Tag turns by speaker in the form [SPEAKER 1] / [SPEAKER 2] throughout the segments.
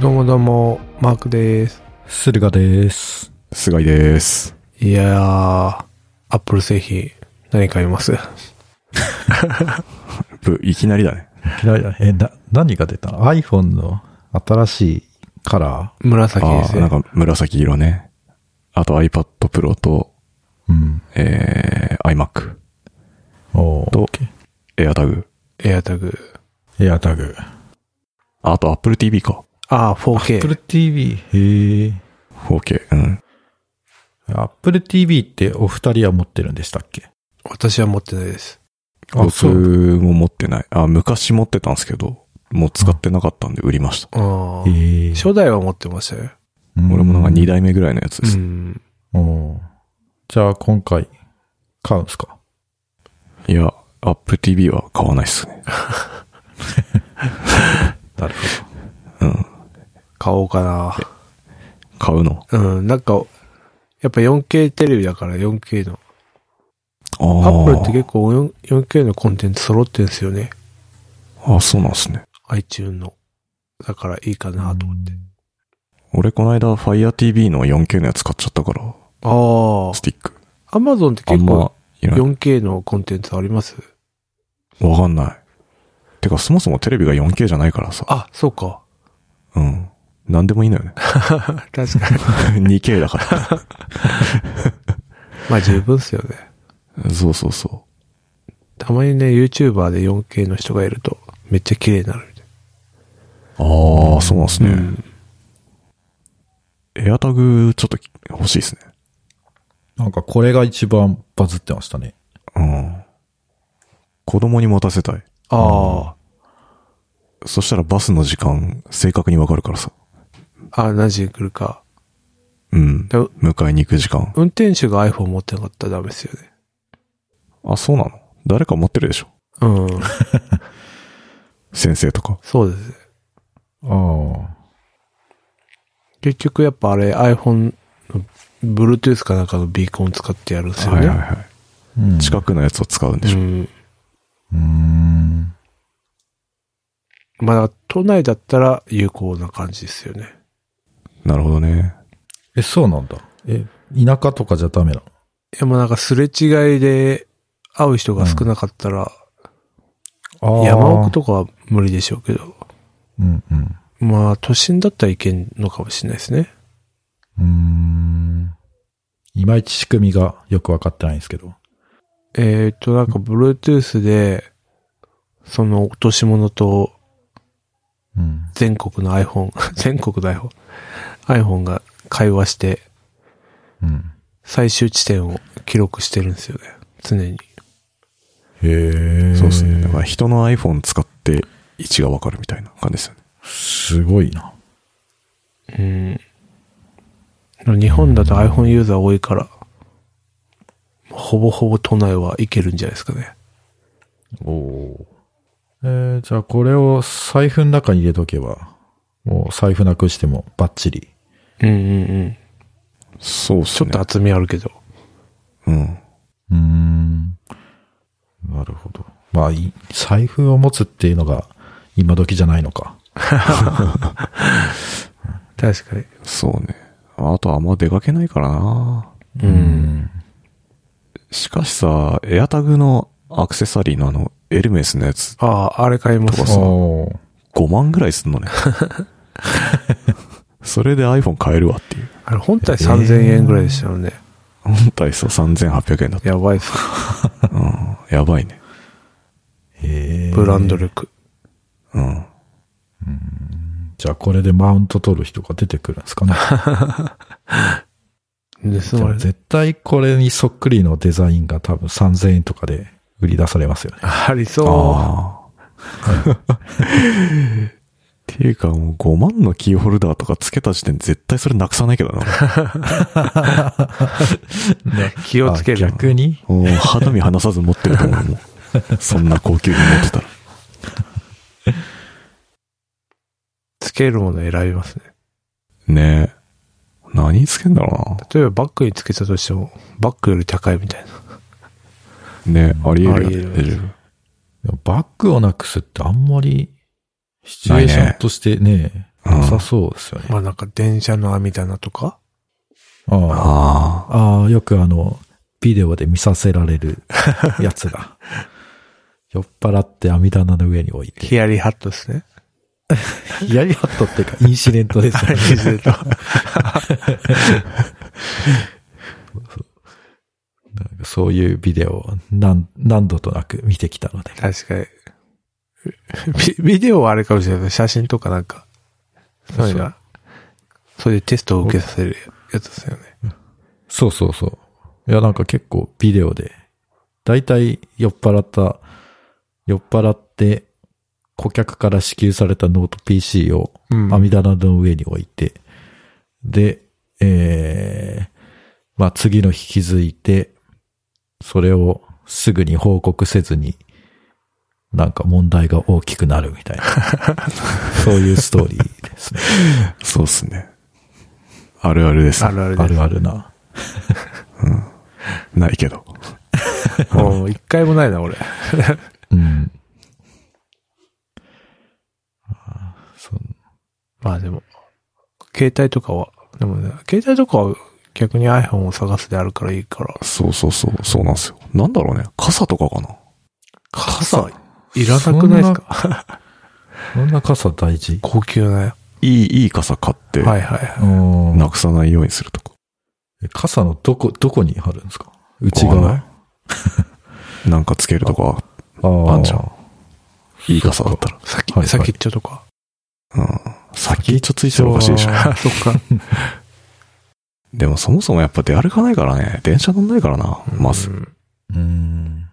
[SPEAKER 1] どうもどうも、マークです。
[SPEAKER 2] 駿河です。
[SPEAKER 3] 菅井です。
[SPEAKER 1] いやー、アップル製品、何買います
[SPEAKER 3] ぶ、いきなりだね。
[SPEAKER 2] 嫌いだね。え、な、何が出たの ?iPhone の新しいカラ
[SPEAKER 1] 紫
[SPEAKER 3] あ
[SPEAKER 1] で
[SPEAKER 3] あ
[SPEAKER 1] す
[SPEAKER 3] ー、なん
[SPEAKER 1] ね。
[SPEAKER 3] か紫色ね。あと iPad Pro と、
[SPEAKER 2] ーうん。
[SPEAKER 3] えー、iMac
[SPEAKER 2] おー
[SPEAKER 3] と AirTag。
[SPEAKER 1] エアタグ。
[SPEAKER 2] エアタグ。
[SPEAKER 3] あと Apple TV か。
[SPEAKER 1] あー、
[SPEAKER 2] Apple
[SPEAKER 1] 4K。
[SPEAKER 2] TV。へえ。
[SPEAKER 3] OK。うん。
[SPEAKER 2] Apple TV ってお二人は持ってるんでしたっけ
[SPEAKER 1] 私は持ってないです。
[SPEAKER 3] 僕。も持ってない。あ、昔持ってたんですけど、もう使ってなかったんで売りました。
[SPEAKER 1] あー
[SPEAKER 2] へえ。
[SPEAKER 1] 初代は持ってましたよ。
[SPEAKER 3] 俺もなんか2
[SPEAKER 2] 台。
[SPEAKER 3] 代目ぐらいのやつで
[SPEAKER 1] う
[SPEAKER 3] す。
[SPEAKER 1] ん。
[SPEAKER 2] おーじゃあ今回、買うんすか
[SPEAKER 3] いや、Apple TV は買わないっすね。
[SPEAKER 2] なるほ
[SPEAKER 3] うん。
[SPEAKER 1] 買おうかな。
[SPEAKER 3] 買うの。
[SPEAKER 1] うん、なんか、やっぱ 4K テレビだから 4K の。
[SPEAKER 3] あ
[SPEAKER 1] ア
[SPEAKER 3] あ。
[SPEAKER 1] ップルって結構 4- 4K のコンテンツ揃ってんすよね。
[SPEAKER 3] あ、そうなんですね。
[SPEAKER 1] iTune の。だからいいか
[SPEAKER 2] ど。
[SPEAKER 1] なと思って。
[SPEAKER 3] 俺この間 Fire TV の 4K のやつ買っちゃったから、
[SPEAKER 1] あ
[SPEAKER 3] スティック。
[SPEAKER 1] あ、Amazon って
[SPEAKER 3] あん
[SPEAKER 1] 結構
[SPEAKER 3] まいらない。
[SPEAKER 1] 4K のコンテンツあります
[SPEAKER 3] わかんない。てか、そもそもテレビが 4K じゃないからさ。
[SPEAKER 1] あ、そうか。
[SPEAKER 3] うん。なんでもいいのよね。
[SPEAKER 1] 確かに。
[SPEAKER 3] 2K だか
[SPEAKER 1] まあ十分っすよね。
[SPEAKER 3] ら。そうそうそ。
[SPEAKER 1] たまにね、YouTuber で 4K の人がいると、めっちゃ綺麗になるみたいう
[SPEAKER 3] ああ、そうなんです
[SPEAKER 1] な。
[SPEAKER 3] ね。エアタグ、ちょっと欲しいですね。
[SPEAKER 2] なんかこれが一番バズってましたね。
[SPEAKER 3] うん。子供に持たせたい。
[SPEAKER 1] あ
[SPEAKER 3] そしたらバスの時間、正確にわかるからさ。
[SPEAKER 1] あ、あ何時に来るか。
[SPEAKER 3] うん。
[SPEAKER 1] で
[SPEAKER 3] 迎えに行く時間。
[SPEAKER 1] 運転手が iPhone 持ってなかったらダメですよね。
[SPEAKER 3] あ、そうなの誰か持ってるでしょ
[SPEAKER 1] うん。
[SPEAKER 3] 先生とか。
[SPEAKER 1] そうですね。
[SPEAKER 2] ああ。
[SPEAKER 1] 結局やっぱあれ iPhone の Bluetooth かなんかのビーコン使ってやるんですよ
[SPEAKER 3] はいはい
[SPEAKER 1] ね。
[SPEAKER 3] は
[SPEAKER 2] うん
[SPEAKER 3] い。近くのやつを使うんで
[SPEAKER 1] う
[SPEAKER 3] しょ。
[SPEAKER 1] ん。
[SPEAKER 2] うーん。
[SPEAKER 1] まあだから都内だったら有効な感じですよね。
[SPEAKER 3] なるほどね。
[SPEAKER 2] え、そうなんだ。え、田舎とかじゃダメなの
[SPEAKER 1] でもなんかすれ違いで会う人が少なかったら、
[SPEAKER 2] あ
[SPEAKER 1] 山奥とかは無理でしょうけど。
[SPEAKER 2] うんうん。
[SPEAKER 1] まあ、都心だったらいけんのかもしれないですね。
[SPEAKER 2] うーん。いまいち仕組みがよくわかってないんですけど。
[SPEAKER 1] えっ、と、なんか、Bluetooth で、その落とし物と
[SPEAKER 2] うん。
[SPEAKER 1] 全国の iPhone、全 国の iPhone、iPhone が会話して、
[SPEAKER 2] うん。
[SPEAKER 1] 最終地点を記録してるんですよね。常に。
[SPEAKER 2] へえ。
[SPEAKER 3] そうですね。だから人の iPhone 使って位置がわかるみたいな感じですよね。
[SPEAKER 2] すごいな。
[SPEAKER 1] うん。日本だと iPhone ユーザー多いから、ほぼほぼ都内はいけるんじゃないですかね。
[SPEAKER 2] おお。えー、じゃあこれを財布の中に入れとけば、もう財布なくしてもバッチリ。
[SPEAKER 1] うんうんうん。
[SPEAKER 3] そうっ
[SPEAKER 1] ち
[SPEAKER 3] す
[SPEAKER 1] ょっ
[SPEAKER 3] ね。
[SPEAKER 1] と厚みあるけど。
[SPEAKER 3] うん。
[SPEAKER 2] うーん。なるほど。まあ、い財布を持つっていうのが今時じゃないのか。
[SPEAKER 1] 確かに。
[SPEAKER 3] そうね。あとあんま出かけないからな
[SPEAKER 1] うん。
[SPEAKER 3] しかしさ、エアタグのアクセサリーのあの、エルメスのやつ、
[SPEAKER 1] ああ、あれ買います
[SPEAKER 3] とか
[SPEAKER 1] ね
[SPEAKER 3] さ
[SPEAKER 2] おー
[SPEAKER 3] 5万ぐらいすんのね。 それで iPhone 買えるわっていう。
[SPEAKER 1] あれ、本体3000円ぐらいでしたよね。
[SPEAKER 3] 本体さ、3800円だっ
[SPEAKER 1] やばいっす。
[SPEAKER 3] た。うん。やばいね。
[SPEAKER 2] へえ。
[SPEAKER 1] ブランド力。
[SPEAKER 3] うん。
[SPEAKER 2] じゃあこれでマウント取る人が出てくるんですかね。
[SPEAKER 1] 盗
[SPEAKER 2] じゃ
[SPEAKER 1] ま
[SPEAKER 2] あ
[SPEAKER 1] れて。
[SPEAKER 2] 絶対これにそっくりのデザインが多分3000円とかで売り出されますよね。
[SPEAKER 1] ありそ
[SPEAKER 3] ああ。っていうかもう5万のキーホルダーとかつけた時点で絶対それなくさないけどな。
[SPEAKER 2] ね
[SPEAKER 1] う。気をつける。
[SPEAKER 2] 逆に
[SPEAKER 3] もう肌身離さず持ってると思うもん。そんな高級に持ってたら。
[SPEAKER 1] つけるもの選びますね。
[SPEAKER 3] ねえ。何つけんだろ
[SPEAKER 1] 例えばバッグにつけたとしても、バッグより高いみたいな。
[SPEAKER 3] うな。ねえ、あり
[SPEAKER 1] あ
[SPEAKER 3] 得
[SPEAKER 1] り得る
[SPEAKER 3] るよね。大丈夫
[SPEAKER 2] バッグをなくすってあんまりシチュエーションとしてね、なさそうですよね。
[SPEAKER 1] まあなんか電車の網棚とか
[SPEAKER 2] あ
[SPEAKER 3] あ
[SPEAKER 2] あああ、よくあの、ビデオで見させら れるやつが。酔っ払って網棚の上に置いて。
[SPEAKER 1] ヒヤリハットですね。
[SPEAKER 2] ヒヤリハットっていうか、インシデントですよね。なんかそういうビデオを何何度となく見てきたので。
[SPEAKER 1] 確かに。 ビビデオはあれかもしれない。写真とかなんか、そういうのはそういうテストを受けさせるやつですよね。
[SPEAKER 2] そうそうそう。いや、なんか結構ビデオで、だいたい酔っ払った、酔っ払って、顧客から支給されたノート PC を
[SPEAKER 1] うん
[SPEAKER 2] 網棚の上に置いて、で、えー、まあ次の日気づいて、それをすぐに報告せずに、なんか問題が大きくなるみたいな、そういうストーリーですね。
[SPEAKER 3] あ、そうっすね。あるあるです
[SPEAKER 1] あ。るある
[SPEAKER 2] あ
[SPEAKER 1] です。
[SPEAKER 2] るあるな。
[SPEAKER 3] ないけど。
[SPEAKER 1] もう一回もないな、俺。
[SPEAKER 2] うん。あーそう
[SPEAKER 1] まあでも、携帯とかは、でもね、携帯とかは逆に iPhone を探すであるからいいから。
[SPEAKER 3] そうそうそう、そうなんですよ。なんだろうね。傘とかかな。
[SPEAKER 1] 傘いらなくないですか
[SPEAKER 2] そんな傘大事
[SPEAKER 1] 高級なや。
[SPEAKER 3] いい、いい傘買って、
[SPEAKER 1] はいはいはい。
[SPEAKER 2] うん
[SPEAKER 3] なくさないようにするとか。
[SPEAKER 2] 傘のどこ、どこに貼るんですか内
[SPEAKER 3] わかんない
[SPEAKER 2] 側。
[SPEAKER 3] なんかつけるとか、
[SPEAKER 2] あー
[SPEAKER 3] あんじゃん。いい傘だったら。
[SPEAKER 1] 先、
[SPEAKER 2] はいはい
[SPEAKER 1] 先っちょとか。
[SPEAKER 3] うん。先っちょついてるおかしいでしょ。
[SPEAKER 1] あーそっか。
[SPEAKER 3] でもそもそもやっぱ出歩かないからね。電車乗んないからな。まず
[SPEAKER 1] う。ん
[SPEAKER 2] うん。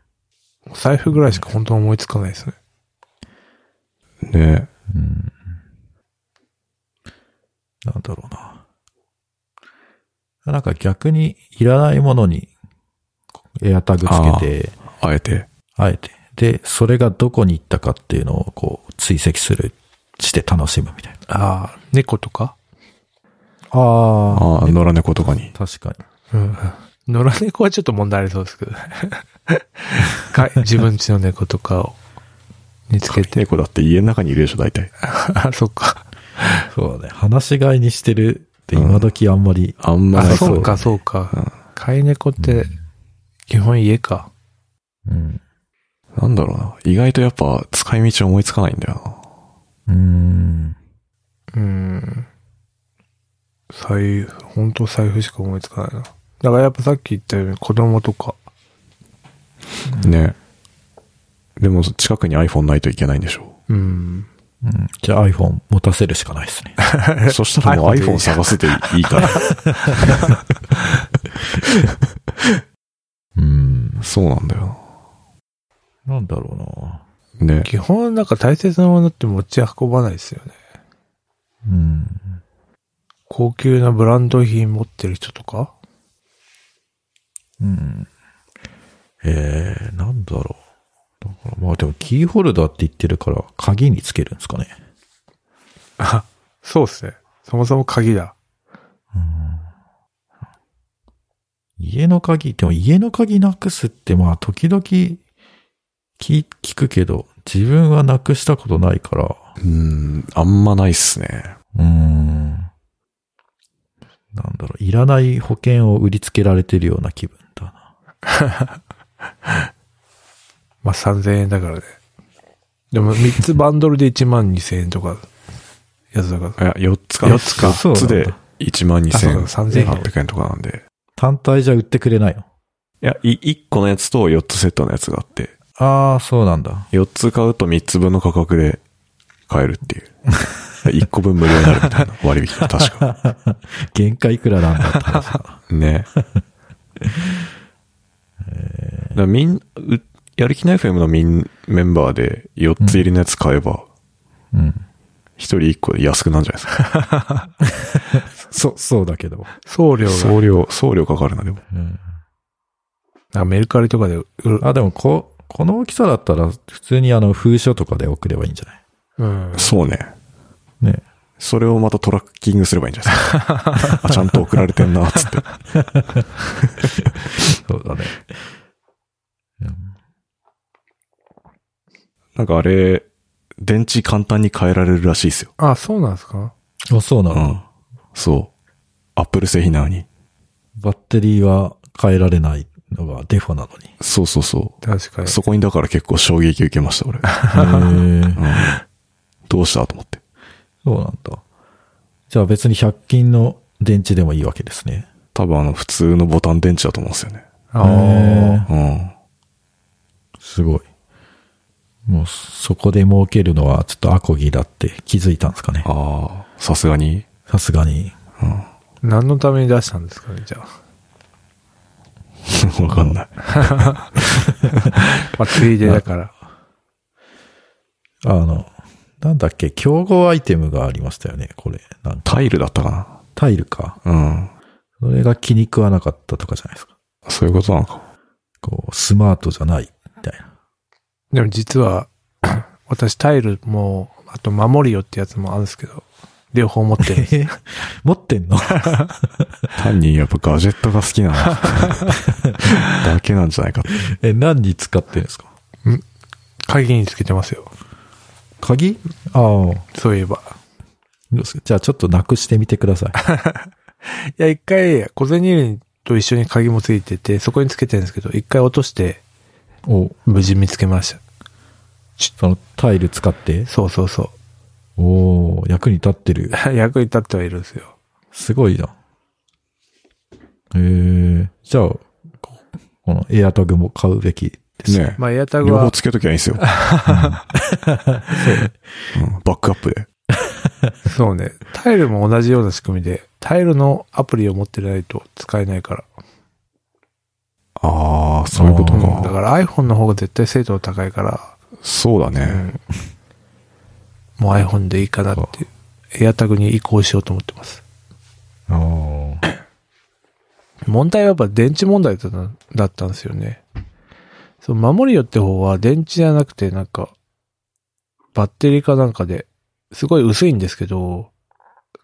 [SPEAKER 1] お財布ぐらいしか本当思いつかないですね。
[SPEAKER 3] ね
[SPEAKER 2] うん。なんだろうな。なんか逆にいらないものにエアタグつけて、
[SPEAKER 3] あえて。
[SPEAKER 2] あえて。で、それがどこに行ったかっていうのをこう追跡する、して楽しむみたいな。
[SPEAKER 1] ああ、猫とか
[SPEAKER 2] あ
[SPEAKER 3] ああ、野良猫とかに。
[SPEAKER 2] 確かに。
[SPEAKER 1] うん。野良猫はちょっと問題ありそうですけどね。か自分家の猫とかを、につけて。
[SPEAKER 3] 猫だって家の中にいるでしょ、大体。
[SPEAKER 1] あ、そっか。
[SPEAKER 2] そうだね。話し飼いにしてるって今時あんまり、
[SPEAKER 3] あんま
[SPEAKER 1] あ、
[SPEAKER 3] ない
[SPEAKER 1] そうか、
[SPEAKER 2] ね
[SPEAKER 1] そう
[SPEAKER 3] うん
[SPEAKER 1] か。飼い猫っ
[SPEAKER 2] う
[SPEAKER 1] て、基本家か。
[SPEAKER 2] うん。
[SPEAKER 3] なんだろうな。意外とやっぱ使い道思いつかないんだよ
[SPEAKER 2] うん。
[SPEAKER 1] うん。財布、本当財布しか思いつかないな。だからやっぱさっき言ったように子供とか。
[SPEAKER 3] な。ねでも近くに iPhone ないといけないんでし ょ。
[SPEAKER 1] うん。
[SPEAKER 2] うんじゃあ iPhone 持たせるしかないですね。
[SPEAKER 3] そしたらもう
[SPEAKER 1] iPhone でいいじゃ
[SPEAKER 3] iPhone
[SPEAKER 1] ん
[SPEAKER 3] 探すでいいから。
[SPEAKER 2] うん。
[SPEAKER 3] そうなんだよ
[SPEAKER 2] なんだろうな。
[SPEAKER 3] な。ね
[SPEAKER 1] 基本なんか大切なものって持ち運ばないですよね。
[SPEAKER 2] うん。
[SPEAKER 1] 高級なブランド品持ってる人とか
[SPEAKER 2] うん。ええなんだろう。だからまあでもキーホルダーって言ってるから鍵につけるんですかね。
[SPEAKER 1] あ、そうっすね。そもそも鍵だ。
[SPEAKER 2] 家の鍵、でも家の鍵なくすってまあ時々聞聞くけど、自分はなくしたことないから、
[SPEAKER 3] うん、あんまないっすね。
[SPEAKER 2] うーん。なんだろう、いらない保険を売りつけられてるような気分だな。
[SPEAKER 1] まあ、3000円だからね。でも3つバンドルで1万2000円とか、やつだから。
[SPEAKER 3] いや、4つか。
[SPEAKER 1] 4つか
[SPEAKER 3] 4つで
[SPEAKER 1] あそうだ
[SPEAKER 3] 12,800円とかなんで。
[SPEAKER 2] 単体じゃ売ってくれないの
[SPEAKER 3] いや、い1個のやつと4つセットのやつがあって、
[SPEAKER 2] ああ、そうなんだ。
[SPEAKER 3] 4つ買うと3つ分の価格で買えるっていう。1個 分無料になるみたいな割引が確か。
[SPEAKER 2] 限界いくらなんだって 話だな
[SPEAKER 3] ね。だからみん、うやる気ない FM のみん、メンバーで4つ入りのやつ買えば、
[SPEAKER 2] うん。
[SPEAKER 3] 1人1個で安くなるんじゃないですか。
[SPEAKER 2] そ、そうだけど。
[SPEAKER 1] 送料が。
[SPEAKER 3] 送料、送料かかるな、でも。
[SPEAKER 2] うん
[SPEAKER 1] なんかメルカリとかで売る。
[SPEAKER 2] あ、でもこ、この大きさだったら、普通にあの、封書とかで送ればいいんじゃない
[SPEAKER 1] うん。
[SPEAKER 3] そうね。
[SPEAKER 2] ね。
[SPEAKER 3] それをまたトラッキングすればいいんじゃないです か。あ、ちゃんと送られてんな、つって。
[SPEAKER 2] そうだね。
[SPEAKER 3] なんかあれ、電池簡単に変えられるらしいですよ。
[SPEAKER 1] あ、そうなんですか
[SPEAKER 2] あ、そうな
[SPEAKER 3] う
[SPEAKER 2] の、
[SPEAKER 3] ん。そう。アップル製品なのに。
[SPEAKER 2] バッテリーは変えられないのがデファなのに。
[SPEAKER 3] そうそうそ
[SPEAKER 1] 確か
[SPEAKER 3] う。
[SPEAKER 1] に。
[SPEAKER 3] そこにだから結構衝撃受けました、 俺。
[SPEAKER 2] へー
[SPEAKER 3] どうしたと思って。
[SPEAKER 2] そうなんだ。じゃあ別に100均の電池でもいいわけですね。
[SPEAKER 3] 多分あの、普通のボタン電池だと思うんですよね。
[SPEAKER 1] ああ。
[SPEAKER 3] うん。
[SPEAKER 2] すごい。もうそこで儲けるのはちょっとアコギだって気づいたんですかね。
[SPEAKER 3] ああ、さすがに。
[SPEAKER 2] さすがに。
[SPEAKER 1] 何のために出したんですかね、じゃあ。
[SPEAKER 3] わかんない。
[SPEAKER 1] まあ、ついでだから。
[SPEAKER 2] あの、なんだっけ、競合アイテムがありましたよね、これ。なんか
[SPEAKER 3] タイルだったか
[SPEAKER 2] タイルか。
[SPEAKER 3] な。うん。
[SPEAKER 2] それが気に食わなかったとかじゃないですか。
[SPEAKER 3] そういうことなのか。
[SPEAKER 2] こう、スマートじゃない、みたいな。
[SPEAKER 1] でも実は、 私タイルも、あと守りよってやつもあるんですけど、両方持ってるん です。
[SPEAKER 2] 持ってんの
[SPEAKER 3] 単にやっぱガジェットが好 きなのだけなんじゃないかって。
[SPEAKER 2] え、何に使ってるんですか
[SPEAKER 1] 鍵につけてますよ。
[SPEAKER 2] 鍵ああ。
[SPEAKER 1] そういえば。
[SPEAKER 2] どうですかじゃあちょっとなくしてみてください。
[SPEAKER 1] いや、一回、小銭入れと一緒に鍵もついてて、そこにつけてるんですけど、一回落として、
[SPEAKER 2] お、
[SPEAKER 1] 無事見つけました。
[SPEAKER 2] そのタイル使って。
[SPEAKER 1] そうそうそ
[SPEAKER 2] おー、役に立ってる。
[SPEAKER 1] う。 役に立ってはいるんですよ。
[SPEAKER 2] すごいじゃん。えー、じゃあ、ここのエアタグも買うべきです。
[SPEAKER 3] ね
[SPEAKER 1] まあ、エアタグ
[SPEAKER 3] 両
[SPEAKER 1] は
[SPEAKER 3] 方、つけときゃいいんですよ。うんうんバックアップで。
[SPEAKER 1] そうね。タイルも同じような仕組みで、タイルのアプリを持ってないと使えないから。
[SPEAKER 3] ああ、そういうこと
[SPEAKER 1] うんだ
[SPEAKER 3] か。
[SPEAKER 1] から iPhone の方が絶対精度高いから、
[SPEAKER 3] そうだ
[SPEAKER 1] う
[SPEAKER 3] ね。
[SPEAKER 1] んもう iPhone でいいかなっていう。エアタグに移行しようと思ってます。
[SPEAKER 2] あー
[SPEAKER 1] 問題はやっぱ電池問題だっただったんですよね。そう、守りよって方は電池じゃなくてなんか、バッテリーかなんかで、すごい薄いんですけど、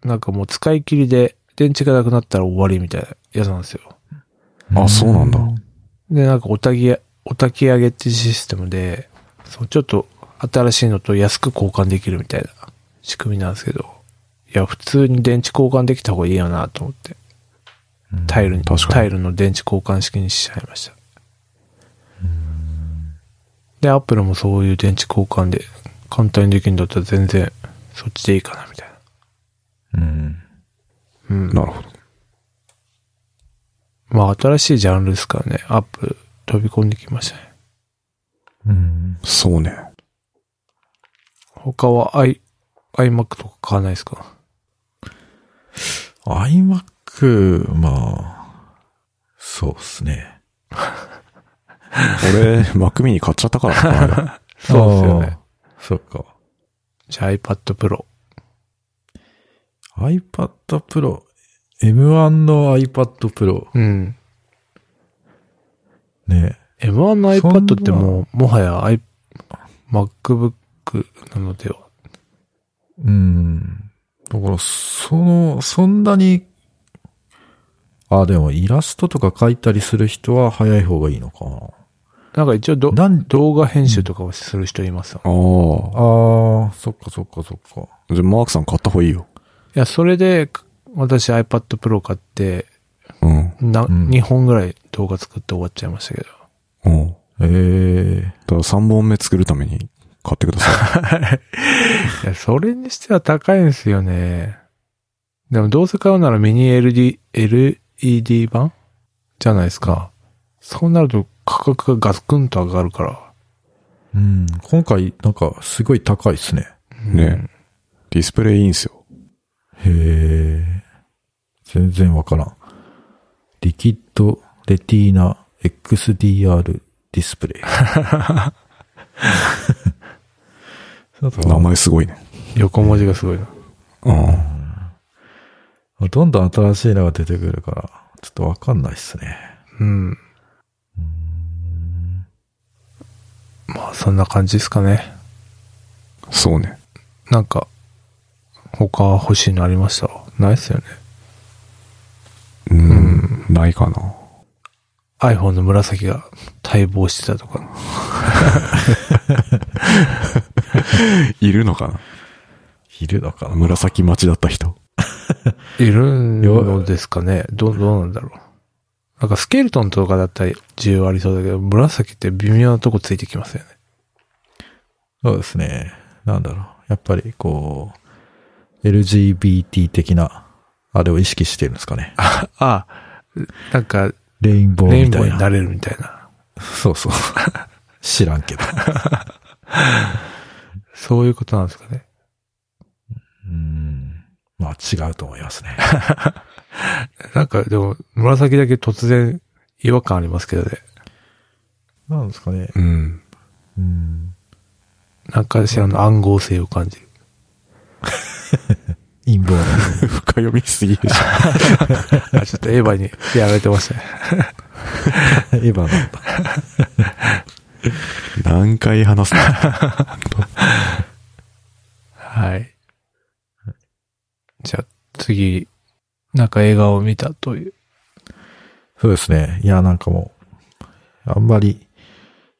[SPEAKER 1] なんかもう使い切りで電池がなくなったら終わりみたいなやつなんですよ。
[SPEAKER 3] あそうなんだ
[SPEAKER 1] で、なんかおたぎや、おたき上げっていうシステムで、そう、ちょっと新しいのと安く交換できるみたいな仕組みなんですけど、いや、普通に電池交換できた方がいいよなと思って、タイルに、
[SPEAKER 3] 確かに
[SPEAKER 1] タイルの電池交換式にしちゃいました。で、アップルもそういう電池交換で簡単にできるんだったら全然そっちでいいかなみたいな。
[SPEAKER 2] うん。
[SPEAKER 1] うん。
[SPEAKER 3] なるほど。
[SPEAKER 1] まあ新しいジャンルですからね、アップル飛び込んできましたね。
[SPEAKER 2] うん。
[SPEAKER 3] そうね。
[SPEAKER 1] 他は i、iMac とか買わないですか
[SPEAKER 2] iMac、まあ、そうっすね。
[SPEAKER 3] 俺、マックミニ買っちゃったからこの 間。
[SPEAKER 1] そうですよね。
[SPEAKER 2] あー。そっか。
[SPEAKER 1] じゃあ iPad Pro。
[SPEAKER 2] iPad Pro、M1 の iPad Pro、
[SPEAKER 1] うん。
[SPEAKER 2] ね。
[SPEAKER 1] M1 の
[SPEAKER 2] そんな
[SPEAKER 1] iPad ってもう、もはや i、MacBook なのでは。
[SPEAKER 2] うん。だから、その、そんなに、あ、でもイラストとか描いたりする人は早い方がいいのか
[SPEAKER 1] なんか一応ど、
[SPEAKER 2] な。なん、
[SPEAKER 1] 動画編集とかをする人いますよ、
[SPEAKER 3] あ
[SPEAKER 2] ああ、そっかそっかそっか。
[SPEAKER 3] あ。じゃあマークさん買った方がいいよ。
[SPEAKER 1] いや、それで、私 iPad Pro 買って、
[SPEAKER 3] うん。
[SPEAKER 1] な、
[SPEAKER 2] ん
[SPEAKER 1] 2本ぐらい動画作って終わっちゃいましたけど。
[SPEAKER 3] うん。だ
[SPEAKER 2] ええー、
[SPEAKER 3] から3本目作るために買ってくだ さい。
[SPEAKER 1] いや、それにしては高いんですよね。でもどうせ買うならミニ LD、LED 版じゃないですか。そうなると価格がガクンと上がるから。
[SPEAKER 2] うん。今回、なんか、すごい高いですね。
[SPEAKER 3] ね。ディスプレイいいんすよ。
[SPEAKER 2] へえ。全然わからん。リキッドレティーナ XDR ディス プレイ。
[SPEAKER 3] 名前すごいね。
[SPEAKER 1] 横文字がすごいな。
[SPEAKER 3] うん。
[SPEAKER 2] どんどん新しいのが出てくるから、ちょっとわかんないっすね。
[SPEAKER 1] うん。まあ、そんな感じですかね。
[SPEAKER 3] そうね。
[SPEAKER 1] なんか、他欲しいのありましたないっすよね。
[SPEAKER 3] うん。ないかな。
[SPEAKER 1] iPhone の紫が待望してたとか。
[SPEAKER 3] いるのかない
[SPEAKER 2] 昼だからな。
[SPEAKER 3] 紫待ちだった人。
[SPEAKER 1] いるのですかねどう、どうなんだろう。なんかスケルトンとかだったら自由ありそうだけど、紫って微妙なとこついてきますよね。
[SPEAKER 2] そうですね。なんだろう。やっぱりこう、LGBT 的な、あれを意識してるんですかね。
[SPEAKER 1] ああ、なんか、
[SPEAKER 2] レインボ
[SPEAKER 1] レ
[SPEAKER 2] ー
[SPEAKER 1] イン
[SPEAKER 2] み
[SPEAKER 1] ボ
[SPEAKER 2] た
[SPEAKER 1] ー
[SPEAKER 2] い
[SPEAKER 1] に
[SPEAKER 2] な。
[SPEAKER 1] なれるみたいな。
[SPEAKER 2] そう そう。知らんけど。
[SPEAKER 1] そういうことなんですかね。
[SPEAKER 2] うん。まあ違うと思いますね。
[SPEAKER 1] なんかでも、紫だけ突然違和感ありますけどね。
[SPEAKER 2] なんですかね。
[SPEAKER 3] うん。
[SPEAKER 2] うん。
[SPEAKER 1] なんかしらの暗号性を感じる。
[SPEAKER 2] 陰謀論。
[SPEAKER 3] 深読みしすぎでしょ。
[SPEAKER 1] あ、ちょっとエヴァにやられてましたね。
[SPEAKER 2] エヴァだった。
[SPEAKER 3] 何回話すの
[SPEAKER 1] はい。じゃあ次、なんか映画を見たという。
[SPEAKER 2] そうですね。いや、なんかもう、あんまり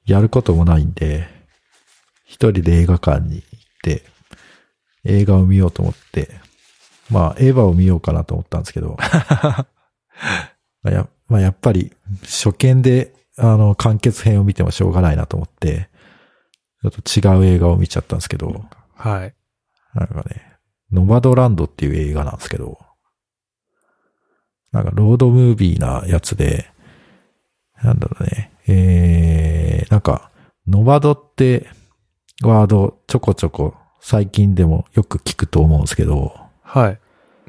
[SPEAKER 2] やることもないんで、一人で映画館に行って、映画を見ようと思って、まあ、エヴァを見ようかなと思ったんですけど、 やまあ、やっぱり、初見で、あの、完結編を見てもしょうがないなと思って、ちょっと違う映画を見ちゃったんですけど、
[SPEAKER 1] はい。
[SPEAKER 2] なんかね、ノマドランドっていう映画なんですけど、なんかロードムービーなやつで、なんだろうね、えー、なんか、ノマドってワードちょこちょこ最近でもよく聞くと思うんですけど、
[SPEAKER 1] はい。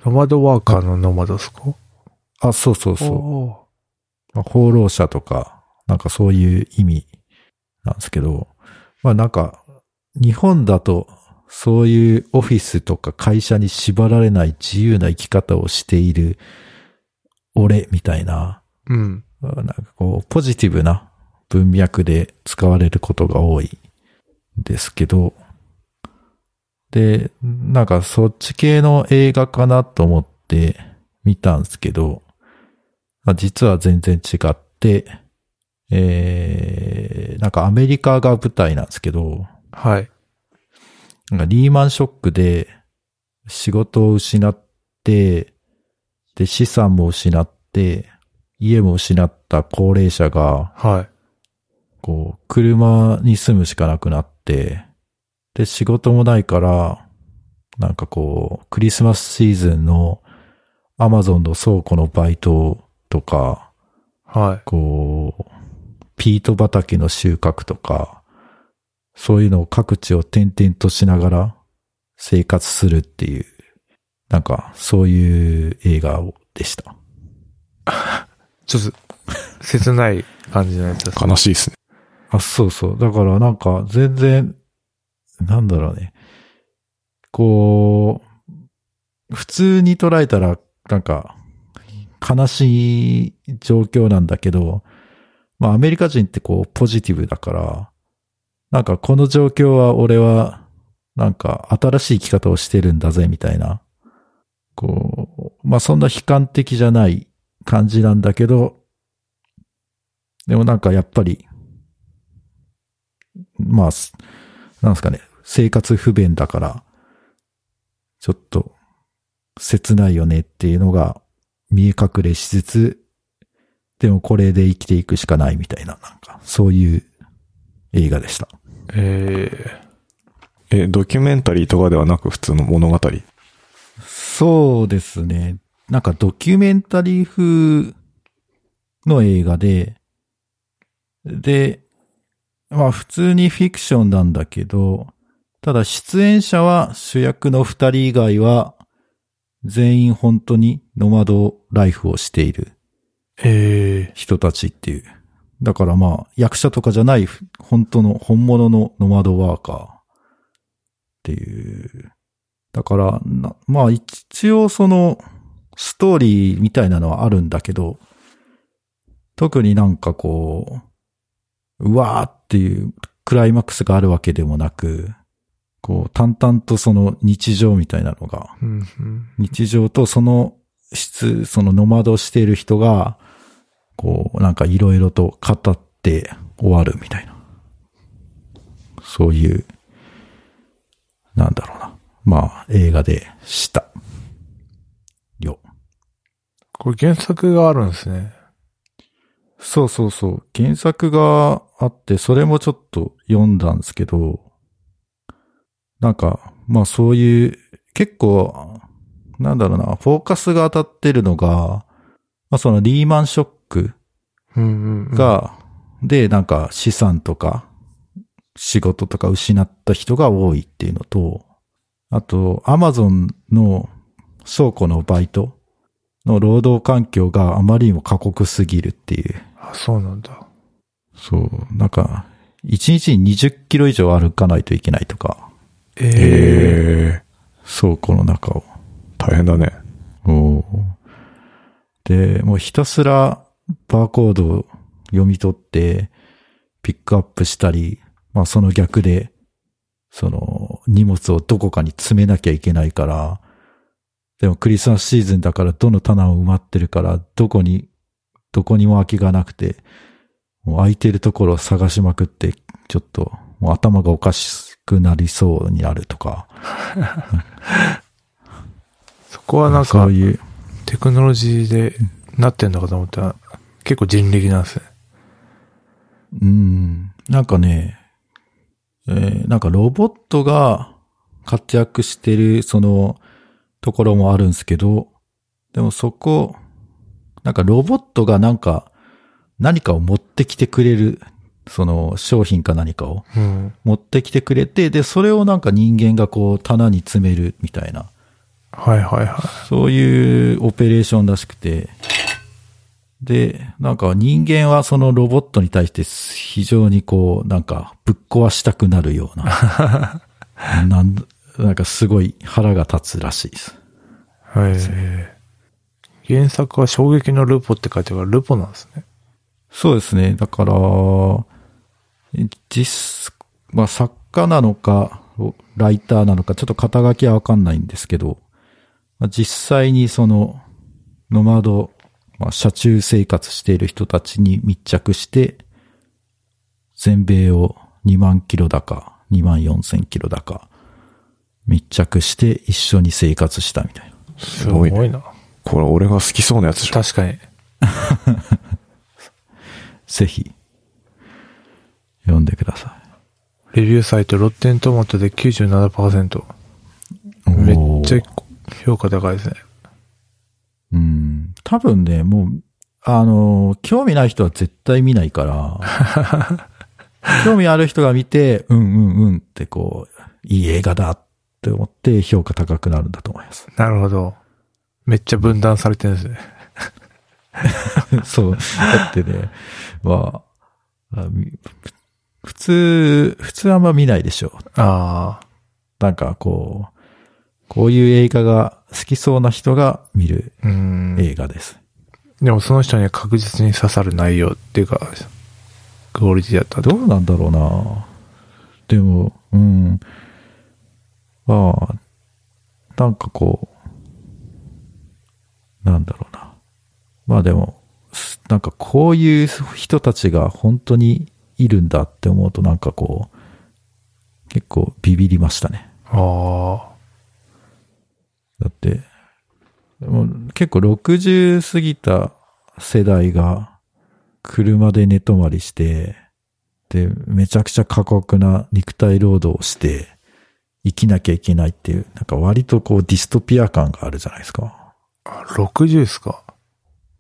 [SPEAKER 1] ノマドワーカーのノマドスコ
[SPEAKER 2] あ、そうそうそう、
[SPEAKER 1] そ
[SPEAKER 2] まあ、放浪者とか、なんかそういう意味なんですけど、まあなんか、日本だと、そういうオフィスとか会社に縛られない自由な生き方をしている俺みたいな、
[SPEAKER 1] う。うん。
[SPEAKER 2] なんかこう、ポジティブな文脈で使われることが多いんですけど、で、なんかそっち系の映画かなと思って見たんですけど、まあ実は全然違って、えー、なんかアメリカが舞台なんですけど、
[SPEAKER 1] はい。
[SPEAKER 2] なんかリーマンショックで仕事を失って、で資産も失って、家も失った高齢者が、
[SPEAKER 1] はい。
[SPEAKER 2] こう、車に住むしかなくなって、で、仕事もないから、なんかこう、クリスマスシーズンのアマゾンの倉庫のバイトとか、
[SPEAKER 1] はい。
[SPEAKER 2] こう、ピート畑の収穫とか、そういうのを各地を転々としながら生活するっていう、なんかそういう映画をでした。
[SPEAKER 1] ちょっと、切ない感じのやつです。
[SPEAKER 3] 悲しいですね。
[SPEAKER 2] あ、そうそう。だからなんか全然、なんだろうね。こう、普通に捉えたらなんか悲しい状況なんだけど、まあアメリカ人ってこうポジティブだから、なんかこの状況は俺はなんか新しい生き方をしてるんだぜみたいな、こう、まあそんな悲観的じゃない感じなんだけど、でもなんかやっぱりまあ、すなんですかね、生活不便だから、ちょっと、切ないよねっていうのが見え隠れしつつ、でもこれで生きていくしかないみたいな、なんか、そういう映画でした。
[SPEAKER 1] え
[SPEAKER 3] え、ドキュメンタリーとかではなく普通の物語。
[SPEAKER 2] そうですね。なんかドキュメンタリー風の映画で、で、まあ普通にフィクションなんだけど、ただ出演者は主役の二人以外は全員本当にノマドライフをしている
[SPEAKER 1] ー、え
[SPEAKER 2] 人たちっていう。だからまあ役者とかじゃない本当の本物のノマドワーカーっていう。だからな、まあ一応そのストーリーみたいなのはあるんだけど、特になんかこう、うわーっていうクライマックスがあるわけでもなく、こう淡々とその日常みたいなのが
[SPEAKER 1] ー、うん、うん。
[SPEAKER 2] 日常とその質、そのノマドしている人が、こう、なんかいろいろと語って終わるみたいな。そういう、なんだろうな。まあ、映画でした。よ。
[SPEAKER 1] これ原作があるんですね。
[SPEAKER 2] そうそうそう。原作があって、それもちょっと読んだんですけど、なんか、まあそういう、結構、なんだろうな、フォーカスが当たってるのが、まあそのリーマンショック
[SPEAKER 1] うんうん、うん。、
[SPEAKER 2] が、で、なんか資産とか、仕事とか失った人が多いっていうのと、あと、アマゾンの倉庫のバイトの労働環境があまりにも過酷すぎるっていう。
[SPEAKER 1] あ、そうなんだ。
[SPEAKER 2] そう、なんか、1日に20キロ以上歩かないといけないとか、
[SPEAKER 1] ええ
[SPEAKER 3] ええ
[SPEAKER 2] 倉庫の中を。
[SPEAKER 3] 大変だね。
[SPEAKER 2] おーで、もうひたすらバーコードを読み取って、ピックアップしたり、まあその逆で、その荷物をどこかに詰めなきゃいけないから、でもクリスマスシーズンだからどの棚を埋まってるから、どこに、どこにも空きがなくて、もう空いてるところを探しまくって、ちょっともう頭がおかしくなりそうになるとか、
[SPEAKER 1] そこはなん
[SPEAKER 2] そ
[SPEAKER 1] か
[SPEAKER 2] う、いう、
[SPEAKER 1] テクノロジーでなってんだかと思ったら、結構人力なんですね。
[SPEAKER 2] うん。なんかね、えーなんかロボットが活躍してる、その、ところもあるんですけど、でもそこ、なんかロボットがなんか、何かを持ってきてくれる、その商品か何かを
[SPEAKER 1] うん。
[SPEAKER 2] 持ってきてくれて、で、それをなんか人間がこう棚に詰めるみたいな、
[SPEAKER 1] はいはいは
[SPEAKER 2] そういうオペレーションらしくて、で、なんか人間はそのロボットに対して非常にこう、なんかぶっ壊したくなるような、 なんなんかすごい腹が立つらしいです。
[SPEAKER 1] い。はい、原作は衝撃のルポって書いてあるから、ルポなんですね。
[SPEAKER 2] そうですね。だから、実、まあ作家なのか、ライターなのか、ちょっと肩書きはわかんないんですけど、まあ実際にその、ノマド、まあ、車中生活している人たちに密着して、全米を2万キロだか、2万4千キロだか、密着して一緒に生活したみたいな。
[SPEAKER 1] す
[SPEAKER 3] ごいね
[SPEAKER 1] な。
[SPEAKER 3] これ俺が好きそうなやつじゃん。
[SPEAKER 1] 確かに。
[SPEAKER 2] ぜひ、読んでくださ
[SPEAKER 1] レビューサイト、ロッテントマトで97%。
[SPEAKER 2] い。
[SPEAKER 1] めっ
[SPEAKER 2] おー
[SPEAKER 1] ちゃ評価高いですね。
[SPEAKER 2] うん。多分ね、もう、あの、興味ない人は絶対見ないから、興味ある人が見て、うんうんうんってこう、いい映画だって思って評価高くなるんだと思います。
[SPEAKER 1] なるほど。めっちゃ分断されてるんですね。
[SPEAKER 2] そう。だってね、まあ、あみ普通、普通あんま見ないでしょ。
[SPEAKER 1] あ
[SPEAKER 2] なんかこう、こういう映画が好きそうな人が見る
[SPEAKER 1] あ。うん。
[SPEAKER 2] 映画です。
[SPEAKER 1] でもその人には確実に刺さる内容っていうか、クオリティだったと。
[SPEAKER 2] どうなんだろうなでも、うん。まあ、なんかこう、なんだろうな。まあでも、すなんかこういう人たちが本当にいるんだって思うとなんかこう、結構ビビりましたね。
[SPEAKER 1] あ
[SPEAKER 2] だって、もう結構60過ぎた世代が車で寝泊まりして、で、めちゃくちゃ過酷な肉体労働をして生きなきゃいけないっていう、なんか割とこうディストピア感があるじゃないですか。
[SPEAKER 1] あ。あ60ですか。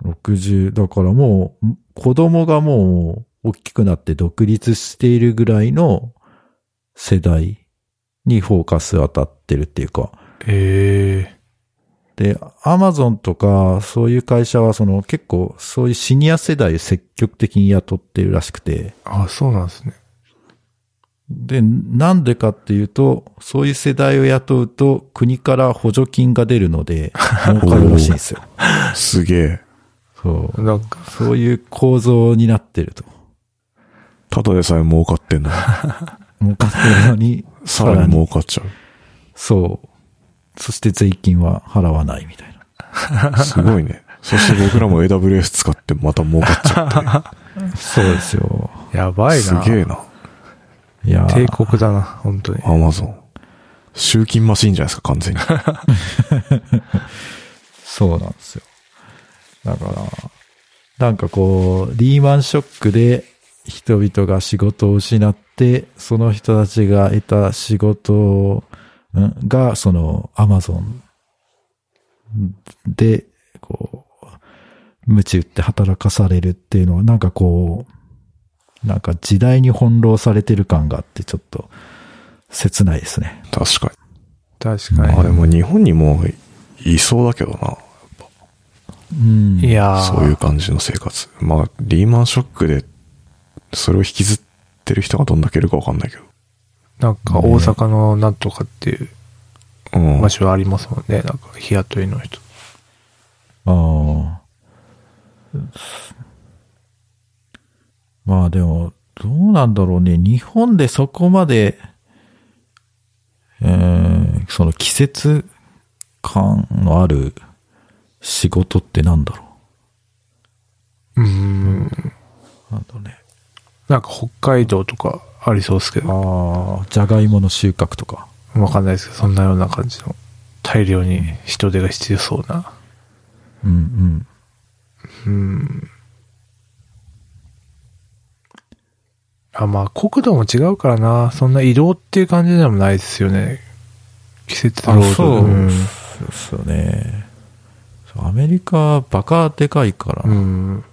[SPEAKER 2] 60、だからもう子供がもう大きくなって独立しているぐらいの世代にフォーカス当たってるっていうか、
[SPEAKER 1] ええ
[SPEAKER 2] で、アマゾンとか、そういう会社は、その結構、そういうシニア世代を積極的に雇ってるらしくて、
[SPEAKER 1] あ、そうなんですね。
[SPEAKER 2] で、なんでかっていうと、そういう世代を雇うと、国から補助金が出るの で、儲かるらしいんですよ。
[SPEAKER 3] すげえ。
[SPEAKER 2] そう。
[SPEAKER 1] なんか、
[SPEAKER 2] そういう構造になってると。
[SPEAKER 3] ただでさえ儲かってん のに。
[SPEAKER 2] 儲かってるのに、
[SPEAKER 3] さらに儲かっちゃう。
[SPEAKER 2] そう。そして税金は払わないみたいな。
[SPEAKER 3] すごいね。そして僕らも AWS 使ってまた儲かっちゃって。
[SPEAKER 2] そうですよ。
[SPEAKER 1] やばい
[SPEAKER 3] す
[SPEAKER 1] な。
[SPEAKER 3] げえな。
[SPEAKER 2] いや
[SPEAKER 1] 帝
[SPEAKER 2] ー
[SPEAKER 1] 国だな、本当に。
[SPEAKER 3] アマゾン。集金マシーンじゃないですか、完全に。
[SPEAKER 2] そうなんですよ。だから、なんかこう、リーマンショックで人々が仕事を失って、その人たちが得た仕事をんが、その、アマゾンで、こう、無知打って働かされるっていうのは、なんかこう、なんか時代に翻弄されてる感があって、ちょっと、切ないですね。
[SPEAKER 3] 確か
[SPEAKER 1] 確
[SPEAKER 3] に。
[SPEAKER 1] か
[SPEAKER 3] あ、でも日本にもいいそうだけどな。
[SPEAKER 2] うん。
[SPEAKER 1] に。いやー
[SPEAKER 3] そういう感じの生活。まあ、リーマンショックで、それを引きずってる人がどんだけいるかわかんないけど。
[SPEAKER 1] なんか大阪のなんとかっていう
[SPEAKER 3] うん。
[SPEAKER 1] 場所ありますもんね。なんか日雇いの人。
[SPEAKER 2] ああ。まあでも、どうなんだろうね。日本でそこまで、えー、その季節感のある仕事ってなんだろ
[SPEAKER 1] うーん。
[SPEAKER 2] う。なんだろうね。
[SPEAKER 1] なんか北海道とかありそうですけど、
[SPEAKER 2] ああ、じゃがいもの収穫とか。
[SPEAKER 1] わかんないですけど、そんなような感じの大量に人手が必要そうな。
[SPEAKER 2] うんうん。
[SPEAKER 1] うん。あ、まあ国土も違うからな。そんな移動っていう感じでもないですよね。季節労働。
[SPEAKER 2] そうですよね。アメリカバカでかいから。
[SPEAKER 1] うん。うん。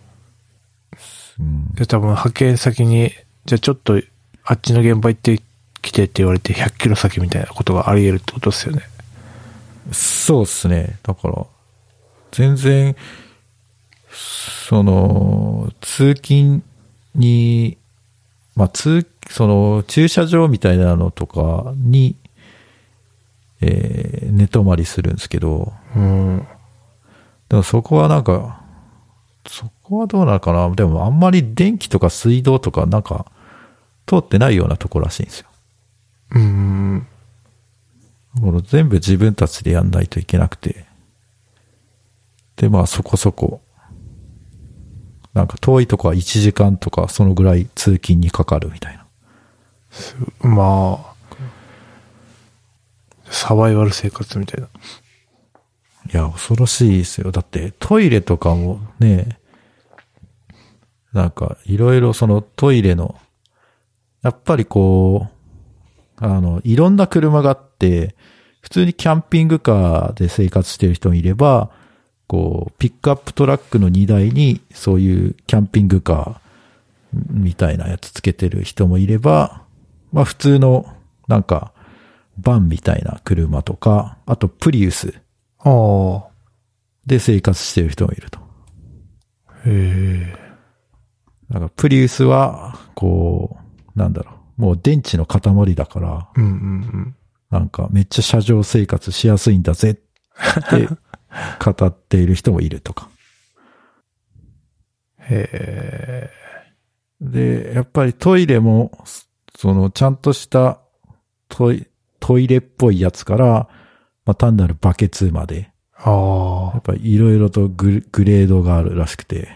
[SPEAKER 2] うん
[SPEAKER 1] で、多分派遣先に、じゃあちょっと、あっちの現場行ってきてって言われて100キロ先みたいなことがあり得るってことですよね。
[SPEAKER 2] そうですね。だから、全然、その、通勤に、まあ、通、その、駐車場みたいなのとかに、えー寝泊まりするんですけど、
[SPEAKER 1] うん。
[SPEAKER 2] でもそこはなんか、そこはどうなのかなでもあんまり電気とか水道とかなんか、通ってないようなとこらしいんですよ。
[SPEAKER 1] うん。
[SPEAKER 2] この全部自分たちでやんないといけなくて。で、まあそこそこ。なんか遠いとこは1時間とかそのぐらい通勤にかかるみたいな。
[SPEAKER 1] まあ、サバイバル生活みたいな。
[SPEAKER 2] いや、恐ろしいですよ。だってトイレとかもね、なんかいろいろそのトイレの、やっぱりこう、あの、いろんな車があって、普通にキャンピングカーで生活してる人もいれば、こう、ピックアップトラックの荷台に、そういうキャンピングカーみたいなやつつけてる人もいれば、まあ普通の、なんか、バンみたいな車とか、あとプリウス
[SPEAKER 1] ああ。
[SPEAKER 2] で生活してる人もいると。
[SPEAKER 1] へえ。
[SPEAKER 2] なんかプリウスは、こう、なんだろう、もう電池の塊だから、
[SPEAKER 1] うんうん
[SPEAKER 2] なんかめっちゃ車上生活しやすいんだぜって語っている人もいるとか。
[SPEAKER 1] うん。へえ。
[SPEAKER 2] で、やっぱりトイレも、そのちゃんとしたトイトイレっぽいやつから、まあ、単なるバケツまで、
[SPEAKER 1] あ
[SPEAKER 2] やっ
[SPEAKER 1] あ。
[SPEAKER 2] ぱりいろいろとググレードがあるらしくて、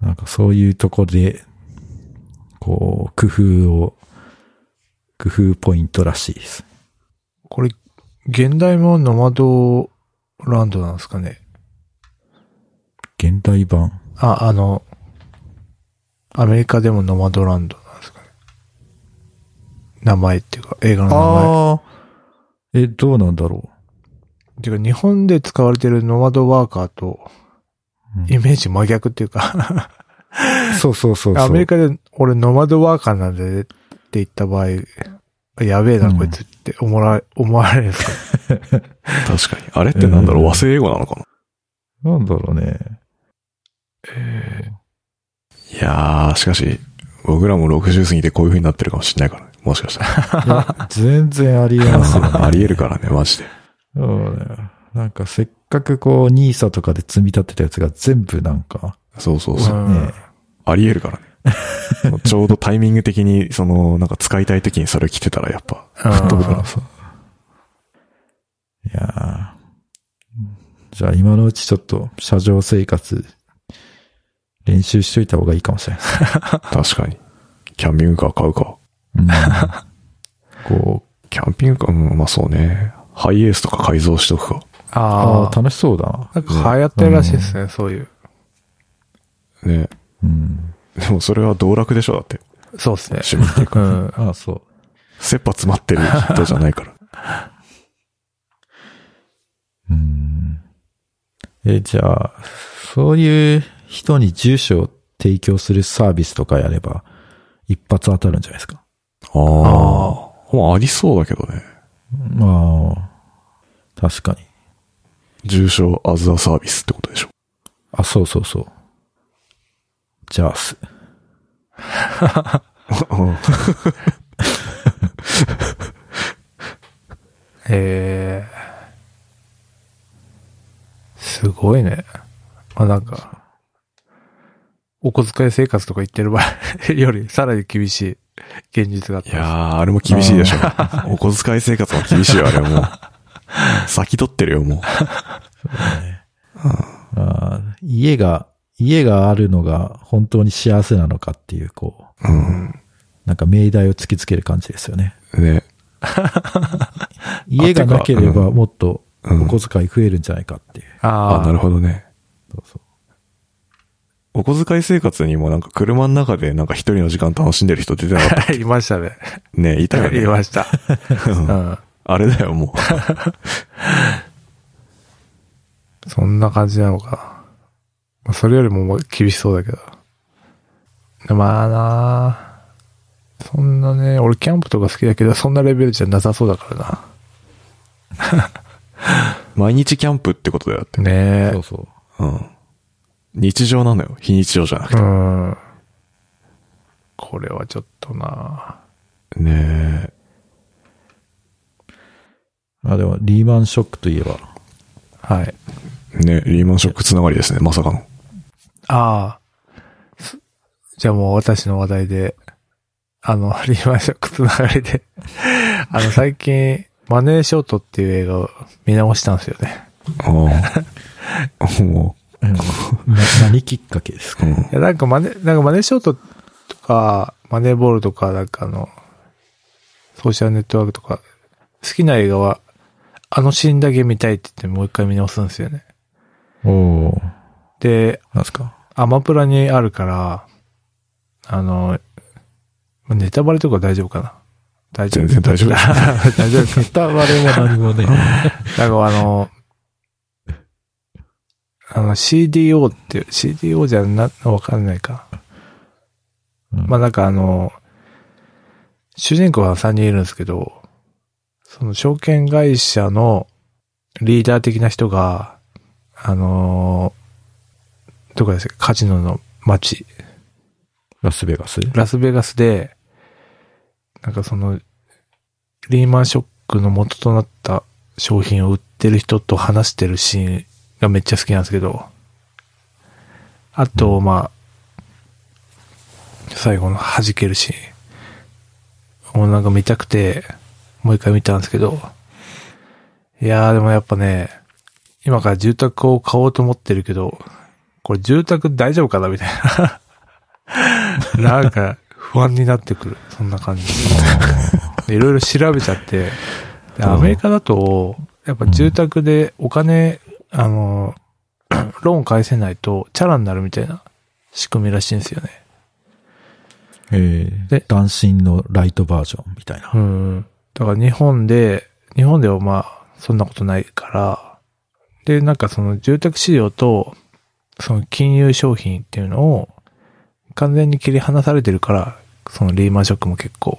[SPEAKER 2] なんかそういうとこで、こう、工夫を、工夫ポイントらしいです。
[SPEAKER 1] これ、現代もノマドランドなんですかね。
[SPEAKER 2] 現代版。
[SPEAKER 1] あ、あの、アメリカでもノマドランドなんですかね。名前っていうか、映画の名前。
[SPEAKER 2] ああ。え、どうなんだろ
[SPEAKER 1] っていうか、日本で使われてるノマドワーカーと、
[SPEAKER 2] う。うん
[SPEAKER 1] イメージ真逆っていうか、
[SPEAKER 2] そうそうそうそう。
[SPEAKER 1] アメリカで俺ノマドワーカーなんでって言った場合、やべえな、
[SPEAKER 2] うん
[SPEAKER 1] こいつって思われ、思われるんですか
[SPEAKER 3] 確かに。あれってなんだろう、
[SPEAKER 2] うん
[SPEAKER 3] 和製英語なのかな
[SPEAKER 2] なんだろうね。
[SPEAKER 3] いやー、しかし、僕らも60過ぎてこういう風になってるかもしれないからね。もしかしたら。
[SPEAKER 2] いや全然ありえ ますよ、ね。
[SPEAKER 3] あり得るからね、マジで。
[SPEAKER 2] そうね。なんかせっかくこう、ニーサとかで積み立てたやつが全部なんか、
[SPEAKER 3] そうそう
[SPEAKER 1] う
[SPEAKER 3] そう。
[SPEAKER 1] ん
[SPEAKER 2] ね
[SPEAKER 3] あり得るからね。ちょうどタイミング的に、その、なんか使いたい時にそれ着てたらやっぱ、
[SPEAKER 1] うん
[SPEAKER 3] 吹っ飛ぶからさ。
[SPEAKER 2] いやーじゃあ今のうちちょっと、車上生活、練習しといた方がいいかもしれない
[SPEAKER 3] 確かに。キャンピングカー買うか。
[SPEAKER 2] です。うん、こう、
[SPEAKER 3] キャンピングカー、うん、まあそうね。ハイエースとか改造しとくか。
[SPEAKER 2] あ
[SPEAKER 1] あ
[SPEAKER 2] あ、楽しそうだな。
[SPEAKER 1] あ。なんか流行ってるらしいですね、そういう。
[SPEAKER 3] ね。
[SPEAKER 2] うん。
[SPEAKER 3] でもそれは道楽でしょ、だって。
[SPEAKER 1] そうですね。
[SPEAKER 3] 趣味っていうか。
[SPEAKER 1] うん。
[SPEAKER 2] ああ、そう。
[SPEAKER 3] 切羽詰まってる人じゃない から。
[SPEAKER 2] うん。え、じゃあ、そういう人に住所を提供するサービスとかやれば、一発当たるんじゃないですか。
[SPEAKER 3] ああ。まあありそうだけどね。
[SPEAKER 2] まあ、確かに。
[SPEAKER 3] 重症アズアサービスってことでしょ。
[SPEAKER 2] あ、そうそうそう。じゃあ、す
[SPEAKER 1] えー、すごいね。まあなんか、お小遣い生活とか言ってる場合 よりさらに厳しい現実があっ
[SPEAKER 3] い
[SPEAKER 1] た。
[SPEAKER 3] やー、あれも厳しいでしょ。お小遣い生活も厳しいよ、あれはもう。先取ってるよ、もう。
[SPEAKER 2] あー家が、家があるのが本当に幸せなのかっていう、こう、
[SPEAKER 3] うん。
[SPEAKER 2] なんか命題を突きつける感じですよね。
[SPEAKER 3] ね。
[SPEAKER 2] 家がなけれ
[SPEAKER 3] てか
[SPEAKER 2] ばもっと
[SPEAKER 3] うん
[SPEAKER 2] お小遣い増えるんじゃないかっていう。
[SPEAKER 1] あ
[SPEAKER 3] あ
[SPEAKER 1] ー
[SPEAKER 3] なるほどね。
[SPEAKER 2] そうそう
[SPEAKER 3] お小遣い生活にもなんか車の中でなんか一人の時間楽しんでる人出てなか った。
[SPEAKER 1] いましたね。
[SPEAKER 3] ね、いたよ
[SPEAKER 1] い
[SPEAKER 3] ね。
[SPEAKER 1] ました。うん。
[SPEAKER 3] あれだよ、も
[SPEAKER 1] そんな感じなのかな。まあそれよりも厳しそうだけど。まあなあそんなね、俺キャンプとか好きだけど、そんなレベルじゃなさそうだか
[SPEAKER 3] う。毎日キャンプってことだよって。
[SPEAKER 1] らな。ね
[SPEAKER 2] そ
[SPEAKER 1] え
[SPEAKER 2] う。そう。
[SPEAKER 3] うん。日常なのよ。非日常じゃなく
[SPEAKER 1] う
[SPEAKER 3] て。
[SPEAKER 1] ん。これはちょっとな
[SPEAKER 3] ね
[SPEAKER 2] あ、でもリーマンショックといえば、
[SPEAKER 1] あはい。
[SPEAKER 3] ね、リーマンショックつながりですね、まさかの。
[SPEAKER 1] ああ。すじゃあもう私の話題で、あの、 リーマンショックつながりで、 あの、最近、マネーショートっていう映画を見直したんですよね。
[SPEAKER 3] ああ。 も
[SPEAKER 2] うんな 何きっかけですか
[SPEAKER 3] う、うん。
[SPEAKER 1] いや、なんかマネ、なんかマネショートとか、マネーボールとか、なんかあの、ソーシャルネットワークとか、好きな映画は、あのシーンだけ見たいって言ってもう一回見直すんですよね。
[SPEAKER 2] おおー
[SPEAKER 1] で、
[SPEAKER 2] なんすか
[SPEAKER 1] アマプラにあるから、あの、ネタバレとか大丈夫かな大丈夫
[SPEAKER 3] 全然大丈夫です
[SPEAKER 1] 大丈夫ですか
[SPEAKER 2] ネタバレも何 もね。
[SPEAKER 1] なんかあの、あの CDO っていう、CDO じゃな、わかんないか。
[SPEAKER 2] うん
[SPEAKER 1] まあなんかあの、主人公は3人いるんですけど、その証券会社のリーダー的な人が、あのー、どこですか、カジノの街、
[SPEAKER 2] ラスベガス
[SPEAKER 1] ラスベガスで、なんかその、リーマンショックの元となった商品を売ってる人と話してるシーンがめっちゃ好きなんですけど、あと、まあ、最後の弾けるシーン。もうなんか見たくて、もう一回見たんですけど、いやーでもやっぱね、今から住宅を買おうと思ってるけど、これ住宅大丈夫かなみたいな。 なんか不安になってくる。そんな感じ。でいろいろ調べちゃって、でアメリカだと、やっぱ住宅でお金、あの、 ローン返せないとチャラになるみたいな仕組みらしいんですよね。
[SPEAKER 2] ええ
[SPEAKER 1] で
[SPEAKER 2] ー。断信のライトバージョンみたいな
[SPEAKER 1] う。ん。だから日本で、日本ではまあ、そんなことないから、で、なんかその住宅市場と、その金融商品っていうのを、完全に切り離されてるから、そのリーマンショックも結構、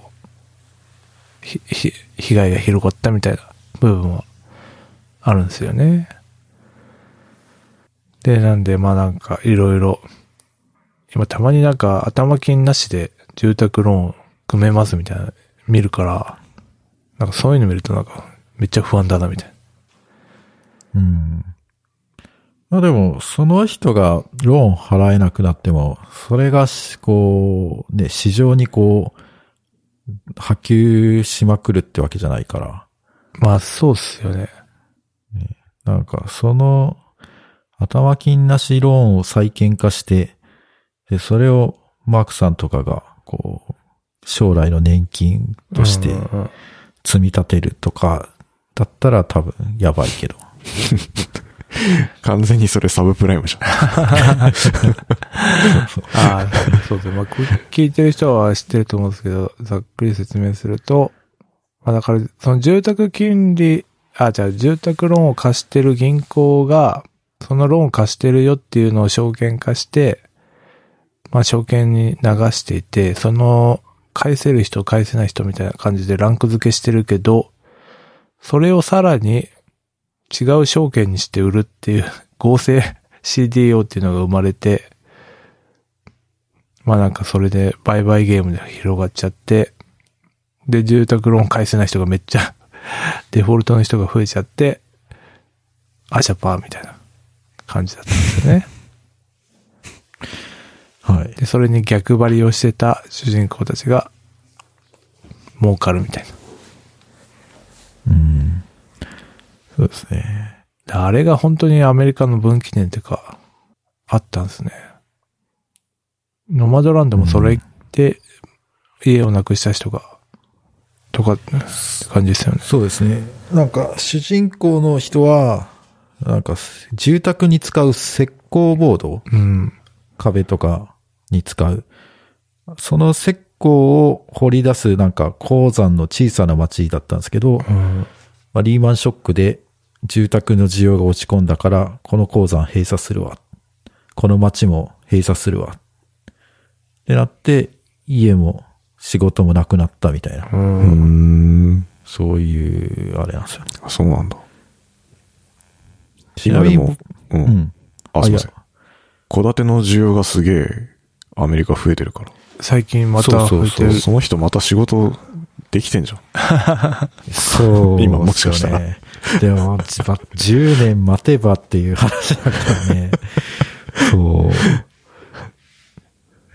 [SPEAKER 1] ひ、ひ、被害が広がったみたいな部分はあるんですよね。で、なんで、まあなんか、いろいろ、今たまになんか頭金なしで住宅ローン組めますみたいな見るから、なんかそういうの見るとなんかめっちゃ不安だなみたいな。
[SPEAKER 2] うん。まあでも、その人がローン払えなくなっても、それがし、こう、ね、市場にこう、波及しまくるってわけじゃないから、
[SPEAKER 1] まあそうっすよね。
[SPEAKER 2] なんか、その、頭金なしローンを債権化して、で、それをマークさんとかが、こう、将来の年金として
[SPEAKER 1] うんうん
[SPEAKER 2] 積み立てるとかだったら多分やばいけど。
[SPEAKER 3] 完全にそれサブプライムじゃん。
[SPEAKER 1] ああ、そうですね。まあ、これ聞いてる人は知ってると思うんですけど、ざっくり説明すると、まあ、だから、その住宅金利、あ、じゃあ住宅ローンを貸してる銀行が、そのローンを貸してるよっていうのを証券化して、まあ、証券に流していて、その、返せる人、返せない人みたいな感じでランク付けしてるけど、それをさらに違う証券にして売るっていう合成 CDO っていうのが生まれて、まあなんかそれで売買ゲームで広がっちゃって、で、住宅ローン返せない人がめっちゃ、 デフォルトの人が増えちゃって、アシャパーみたいな感じだったんですよね。
[SPEAKER 2] はい。
[SPEAKER 1] で、それに逆張りをしてた主人公たちが、儲かるみたいな。
[SPEAKER 2] うん。そうですね。
[SPEAKER 1] であれが本当にアメリカの分岐点っていうか、あったんですね。ノマドランドもそれで家をなくした人が、とか、って感じですよね。
[SPEAKER 2] そうですね。なんか、主人公の人は、なんか、住宅に使う石膏ボード
[SPEAKER 1] うん。
[SPEAKER 2] 壁とかに使う。その石膏を掘り出すなんか鉱山の小さな町だったんですけど、
[SPEAKER 1] うん。
[SPEAKER 2] まあ、リーマンショックで住宅の需要が落ち込んだから、この鉱山閉鎖するわ。この町も閉鎖するわ。ってなって、家も仕事もなくなったみたいな。
[SPEAKER 3] うーん。
[SPEAKER 2] そういう、あれなんですよね。
[SPEAKER 3] あそうなんだ。
[SPEAKER 2] ちな
[SPEAKER 3] 今
[SPEAKER 2] み
[SPEAKER 3] で
[SPEAKER 2] に
[SPEAKER 3] も、う。
[SPEAKER 2] うんん。
[SPEAKER 3] あ、すいません
[SPEAKER 2] い。
[SPEAKER 3] 戸建ての需要がすげえ、アメリカ増えてるから。
[SPEAKER 1] 最近また
[SPEAKER 2] そ
[SPEAKER 1] 増
[SPEAKER 2] う
[SPEAKER 1] え
[SPEAKER 2] そ
[SPEAKER 1] て
[SPEAKER 2] う
[SPEAKER 1] る。
[SPEAKER 3] その人また仕事できてんじゃん。
[SPEAKER 2] やそう、
[SPEAKER 3] 今もしかしたら。
[SPEAKER 2] でも、じば10年待てばっていう話だから ね。そ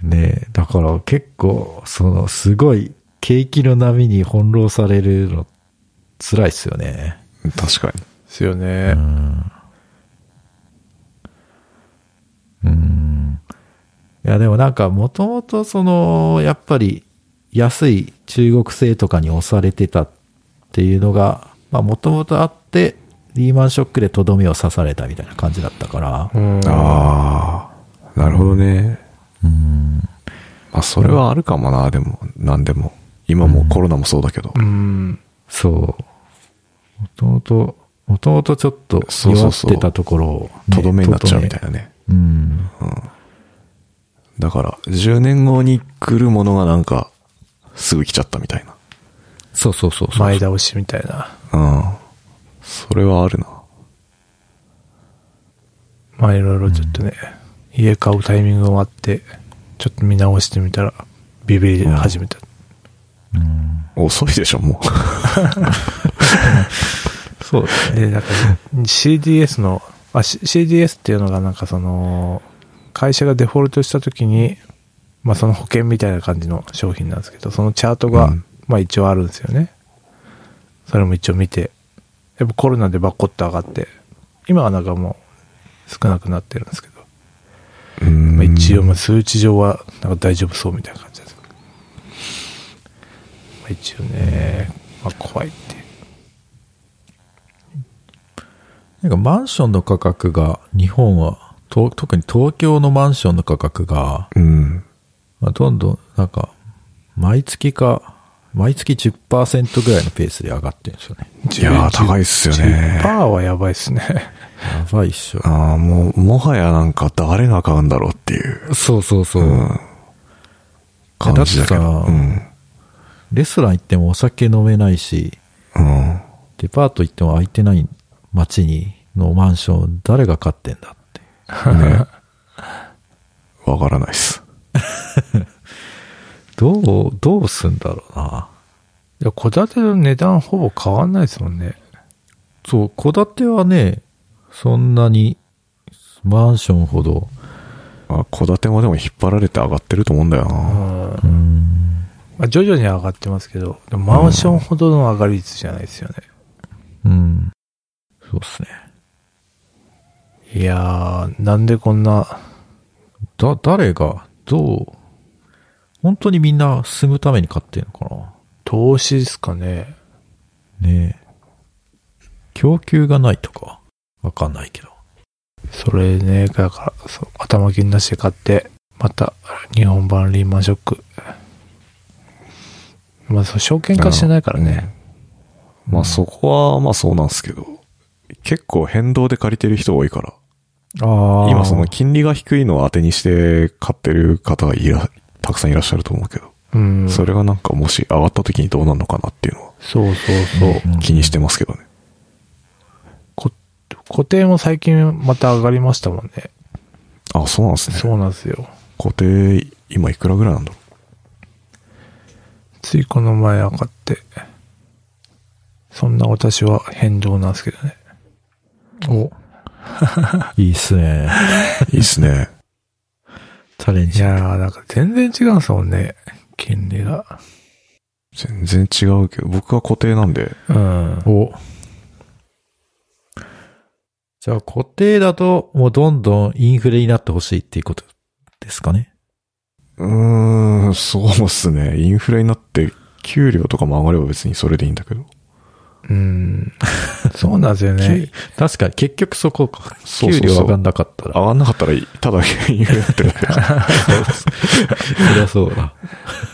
[SPEAKER 2] う。ねえだから結構、その、すごい、景気の波に翻弄されるの、辛いっすよね。
[SPEAKER 3] 確かに。
[SPEAKER 1] ですよね。
[SPEAKER 2] うん。うん。いや、でもなんか、もともとその、やっぱり、安い中国製とかに押されてたっていうのが、まあ、もともとあって、リーマンショックでとどめを刺されたみたいな感じだったから、
[SPEAKER 1] うん。
[SPEAKER 3] ああ、なるほどね。
[SPEAKER 2] うん。
[SPEAKER 3] まあ、それはあるかもな、でも、なんでも。今もコロナもそうだけど
[SPEAKER 1] う。ん。
[SPEAKER 2] そう。もともと、もともとちょっと
[SPEAKER 3] そうそ
[SPEAKER 2] 弱
[SPEAKER 3] う
[SPEAKER 2] っ
[SPEAKER 3] そう
[SPEAKER 2] てたところをね
[SPEAKER 3] とどめになっちゃうみたいなね。
[SPEAKER 2] とどめうん。
[SPEAKER 3] だから、10年後に来るものがなんか、すぐ来ちゃったみたいな。
[SPEAKER 2] そうそうそうそう。
[SPEAKER 1] 前倒しみたいな。
[SPEAKER 3] うん。それはあるな。
[SPEAKER 1] まあいろいろちょっとね、家買うタイミングもあって、ちょっと見直してみたら、ビビり始めた。
[SPEAKER 2] うん
[SPEAKER 3] 遅いでし ょ、も
[SPEAKER 2] そうですね。
[SPEAKER 1] で、なんか CDS の、あ、C- CDS っていうのがなんかその、会社がデフォルトした時に、まあその保険みたいな感じの商品なんですけど、そのチャートが、
[SPEAKER 3] うん
[SPEAKER 1] まあ一応あるんですよね。それも一応見て、やっぱコロナでバコッと上がって、今はなんかもう少なくなってるんですけど、
[SPEAKER 3] う。うん
[SPEAKER 1] まあ、一応まあ数値上はなんか大丈夫そうみたいな感じです。まあ、一応ね、まあ怖いっていう。
[SPEAKER 2] なんかマンションの価格が、日本は、と特に東京のマンションの価格が、
[SPEAKER 3] うん。
[SPEAKER 2] まあ、どんどん、なんか、毎月か、毎月10%ぐらいのペースで上がってるんですよね。
[SPEAKER 3] いやー、高いっすよね。
[SPEAKER 1] パーはやばいっすね。
[SPEAKER 2] やばいっしょ。
[SPEAKER 3] ああ、もう、もはやなんか誰が買うんだろうっていう
[SPEAKER 2] そうそうそう。
[SPEAKER 3] 感じだけ
[SPEAKER 2] だ
[SPEAKER 3] ど。
[SPEAKER 2] ってさ
[SPEAKER 3] うん。
[SPEAKER 2] レストラン行ってもお酒飲めないし、
[SPEAKER 3] うん。
[SPEAKER 2] デパート行っても空いてない街に、のマンション、誰が買ってんだって。
[SPEAKER 3] ね。わからないっす。
[SPEAKER 2] どう、どうすんだろうな。
[SPEAKER 1] いや、戸建ての値段ほぼ変わんないですもんね。
[SPEAKER 2] そう、戸建てはね、そんなに、マンションほど、
[SPEAKER 3] あ、戸建てもでも引っ張られて上がってると思うんだ
[SPEAKER 1] う
[SPEAKER 3] よ
[SPEAKER 1] ん。
[SPEAKER 3] な。
[SPEAKER 1] ま
[SPEAKER 2] うん
[SPEAKER 1] あ、徐々に上がってますけど、でもマンションほどの上がり率じゃないですよね。
[SPEAKER 2] うん。そうですね。
[SPEAKER 1] いやー、なんでこんな、
[SPEAKER 2] だ、誰が、どう、本当にみんな住むために買ってるのかな
[SPEAKER 1] 投資ですかね。
[SPEAKER 2] ねえ供給がないとか、わかんないけど。
[SPEAKER 1] それね、だから、そう、頭金出して買って、また、日本版リーマンショック。まあ、そう、証券化してないからね。
[SPEAKER 3] うん。まあそこは、まあそうなんですけど、結構変動で借りてる人多いから、
[SPEAKER 1] ああ。
[SPEAKER 3] 今その金利が低いのを当てにして買ってる方がいら、たくさんいらっしゃると思うけど、
[SPEAKER 1] うん。
[SPEAKER 3] それがなんかもし上がった時にどうなるのかなっていうのは
[SPEAKER 1] そうそうそう。
[SPEAKER 2] うん
[SPEAKER 3] 気にしてますけどね。
[SPEAKER 1] こ固定も最近また上がりましたもんね。
[SPEAKER 3] あ、そうなんですね。
[SPEAKER 1] そうなんですよ。
[SPEAKER 3] 固定、今いくらぐらいなんだろ
[SPEAKER 1] ついこの前上がって。そんな私は変動なんですけどね。お。
[SPEAKER 2] いいっすね。
[SPEAKER 3] う。いいっすね。
[SPEAKER 2] チャレン
[SPEAKER 1] い
[SPEAKER 2] ジ。
[SPEAKER 1] やー、なんか全然違うんですもんね。金利が。
[SPEAKER 3] 全然違うけど、僕は固定なんで、
[SPEAKER 1] うん。
[SPEAKER 2] お。じゃあ固定だと、もうどんどんインフレになってほしいっていうことですかね。
[SPEAKER 3] うーん、そうっすね。インフレになって、給料とかも上がれば別にそれでいいんだけど。
[SPEAKER 1] うん。そうなんですよ ね。
[SPEAKER 2] 確かに結局そこか。
[SPEAKER 3] そうそ
[SPEAKER 2] 給
[SPEAKER 3] うそう
[SPEAKER 2] 料上がんなかったら。
[SPEAKER 3] 上がんなかったらいい、ただインフレになってるだけだから。
[SPEAKER 2] そりゃそうだ。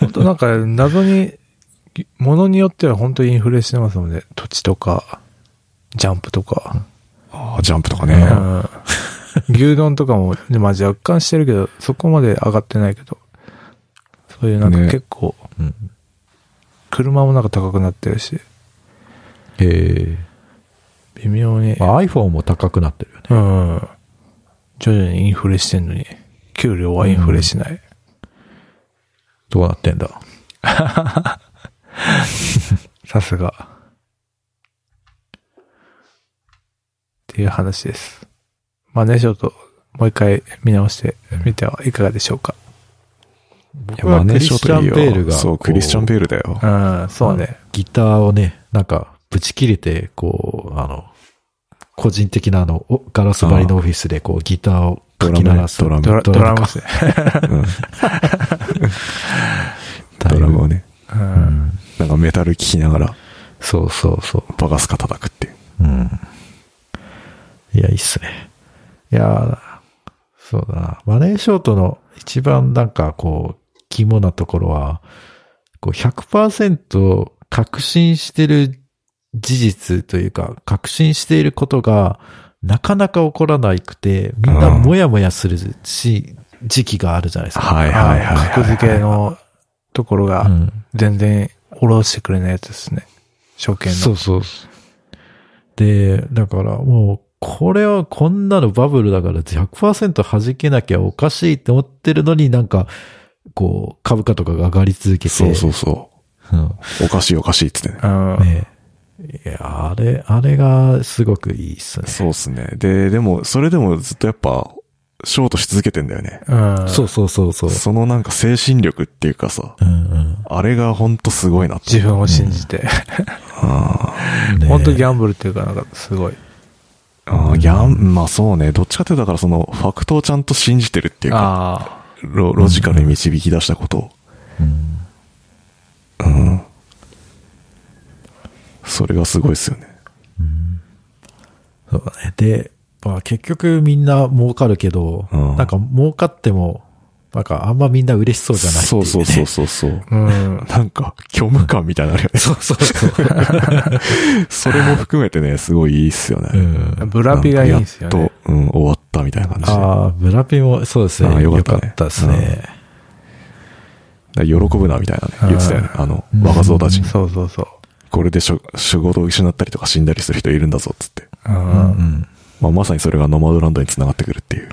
[SPEAKER 1] 本当なんか謎に、物によっては本当インフレしてますもんね。土地とか、ジャンプとか。
[SPEAKER 3] あージャンプとかね。
[SPEAKER 1] うん牛丼とかも、ねまあ若干してるけど、そこまで上がってないけど。そういうなんか
[SPEAKER 3] ね
[SPEAKER 1] 結構、
[SPEAKER 2] うん。
[SPEAKER 1] 車もなんか高くなってるし、
[SPEAKER 2] へえ。
[SPEAKER 1] 微妙に、
[SPEAKER 2] まあ iPhone も高くなってるよね。
[SPEAKER 1] うん。徐々にインフレしてんのに、給料はインフレしない。
[SPEAKER 2] どうなってんだ。
[SPEAKER 1] さすが。っていう話です。まあね、ちょっと、もう一回見直してみてはいかがでしょうか。
[SPEAKER 3] い
[SPEAKER 2] 僕
[SPEAKER 3] や、マ
[SPEAKER 2] は
[SPEAKER 3] ネ
[SPEAKER 2] ク
[SPEAKER 3] ー
[SPEAKER 2] リ
[SPEAKER 3] ショ
[SPEAKER 2] ス
[SPEAKER 3] ー
[SPEAKER 2] チ
[SPEAKER 3] ト
[SPEAKER 2] ャ
[SPEAKER 3] いい
[SPEAKER 2] ン・
[SPEAKER 3] よ。
[SPEAKER 2] ベールが。
[SPEAKER 3] そう、クリスチャン・
[SPEAKER 2] ール。
[SPEAKER 3] ベールだよ。
[SPEAKER 1] うん、そうね。
[SPEAKER 2] ギターをね、なんか、ぶち切れて、こう、あの、個人的なあの、おガラス張りのオフィスで、こう、ギターをかき鳴らす。
[SPEAKER 3] ドラム
[SPEAKER 1] ドラ、ドラム
[SPEAKER 2] か
[SPEAKER 1] ですね。
[SPEAKER 3] うん
[SPEAKER 2] だい
[SPEAKER 3] ド
[SPEAKER 2] ぶ
[SPEAKER 3] ラムをね、
[SPEAKER 1] うん
[SPEAKER 2] うん。
[SPEAKER 3] なんかメタル聴きながら、
[SPEAKER 2] そうそうそう。
[SPEAKER 3] バカスカ叩くっていう。
[SPEAKER 2] うん。いや、いいっすね。いやーそうだな。マネーショートの一番なんかこう、肝なところは、こう100%確信してる事実というか、確信していることがなかなか起こらなくて、みんなもやもやするし、時期があるじゃないですか。
[SPEAKER 3] はいはいはいはいはい。
[SPEAKER 1] 格付けのところ
[SPEAKER 2] う
[SPEAKER 1] が
[SPEAKER 2] ん。
[SPEAKER 1] 全然下ろしてくれないやつですね。証券の。
[SPEAKER 2] そうそう。で、だからもう、これはこんなのバブルだから100%弾けなきゃおかしいって思ってるのになんか、こう、株価とかが上がり続けて。
[SPEAKER 3] そうそうそ
[SPEAKER 2] うん
[SPEAKER 3] う。おかしいおかしいっつってね。
[SPEAKER 1] うん。
[SPEAKER 2] ねいや、あれ、あれがすごくいいっすね。
[SPEAKER 3] そうっすね。で、でも、それでもずっとやっぱ、ショートし続けてんだよね。
[SPEAKER 1] うん。
[SPEAKER 2] そうそうそうそう。
[SPEAKER 3] そのなんか精神力っていうかさ、
[SPEAKER 2] うん
[SPEAKER 3] あれがほんとすごいなって。
[SPEAKER 1] 自分を信じ て。
[SPEAKER 3] あ
[SPEAKER 2] うん。ね
[SPEAKER 1] 本当ギャンブルっていうか、なんかすごい。
[SPEAKER 3] ーあー、ギャン、まあそうね。どっちかっていうとだからその、ファクトをちゃんと信じてるっていうか、
[SPEAKER 1] あ
[SPEAKER 3] ロロジカルに導き出したことを。
[SPEAKER 2] うん
[SPEAKER 3] うん。それがすごいっすよね。
[SPEAKER 2] そうだね。で、まあ結局みんな儲かるけど、
[SPEAKER 3] うん
[SPEAKER 2] なんか儲かっても、なんかあんまみんな嬉しそうじゃないってい、
[SPEAKER 3] そうう
[SPEAKER 2] ね。
[SPEAKER 3] そうそうそうそう。
[SPEAKER 1] あ。うん。
[SPEAKER 3] なんか、虚無感みたいなのあるよね。
[SPEAKER 2] そうそうそう。
[SPEAKER 3] それも含めてね、すごいいいっすよね。
[SPEAKER 2] うん
[SPEAKER 1] ブラピがいいんですよ
[SPEAKER 3] なん
[SPEAKER 1] ね
[SPEAKER 3] か。やっと、うん、終わったみたいな感じで。
[SPEAKER 2] ああ、ブラピもそうです
[SPEAKER 3] あ
[SPEAKER 2] ね。
[SPEAKER 3] ー
[SPEAKER 2] よ
[SPEAKER 3] よ
[SPEAKER 2] か
[SPEAKER 3] か
[SPEAKER 2] っ
[SPEAKER 3] った
[SPEAKER 2] た,、
[SPEAKER 3] ね
[SPEAKER 2] ですね。
[SPEAKER 3] 喜ぶな、みたいなね。言ってたよね。あの、
[SPEAKER 2] うん
[SPEAKER 3] 若造たち。
[SPEAKER 1] そうそうそう。
[SPEAKER 3] これでしょ仕事を失ったりとか死んだりする人いるんだぞ、つって。
[SPEAKER 1] う
[SPEAKER 2] うんうん
[SPEAKER 1] ん。
[SPEAKER 3] まあ、まさにそれがノマドランドに繋がってくるっていう。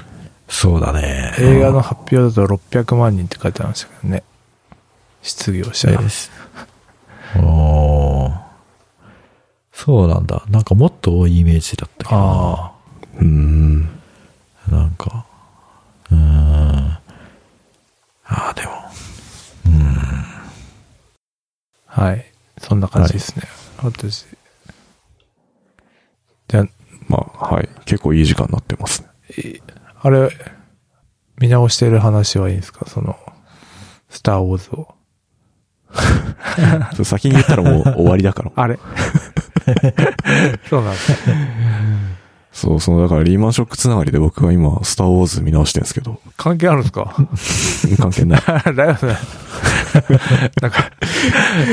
[SPEAKER 2] そうだね。
[SPEAKER 1] 映画の発表だと600万人って書いてありましたけどね。失業者
[SPEAKER 2] え。ーおーそうなんだ。なんかもっと多いイメージだったけどな。
[SPEAKER 1] あ
[SPEAKER 3] うーん。
[SPEAKER 2] なんか。うーん。ああ、でも。
[SPEAKER 1] あ。はい。そんな感じですね。私。じゃあ、
[SPEAKER 3] まあ、はい。結構いい時間になってますね。
[SPEAKER 1] あれ、見直してる話はいいんですかその、スターウォーズを。
[SPEAKER 3] そう先に言ったら もう終わりだから。
[SPEAKER 1] あれ そうなんですよ。
[SPEAKER 3] そう、その、だからリーマンショックつながりで僕は今、スターウォーズ見直してるんですけど、
[SPEAKER 1] 関係あるんですか
[SPEAKER 3] 関係 ない。
[SPEAKER 1] だよね。 なんか、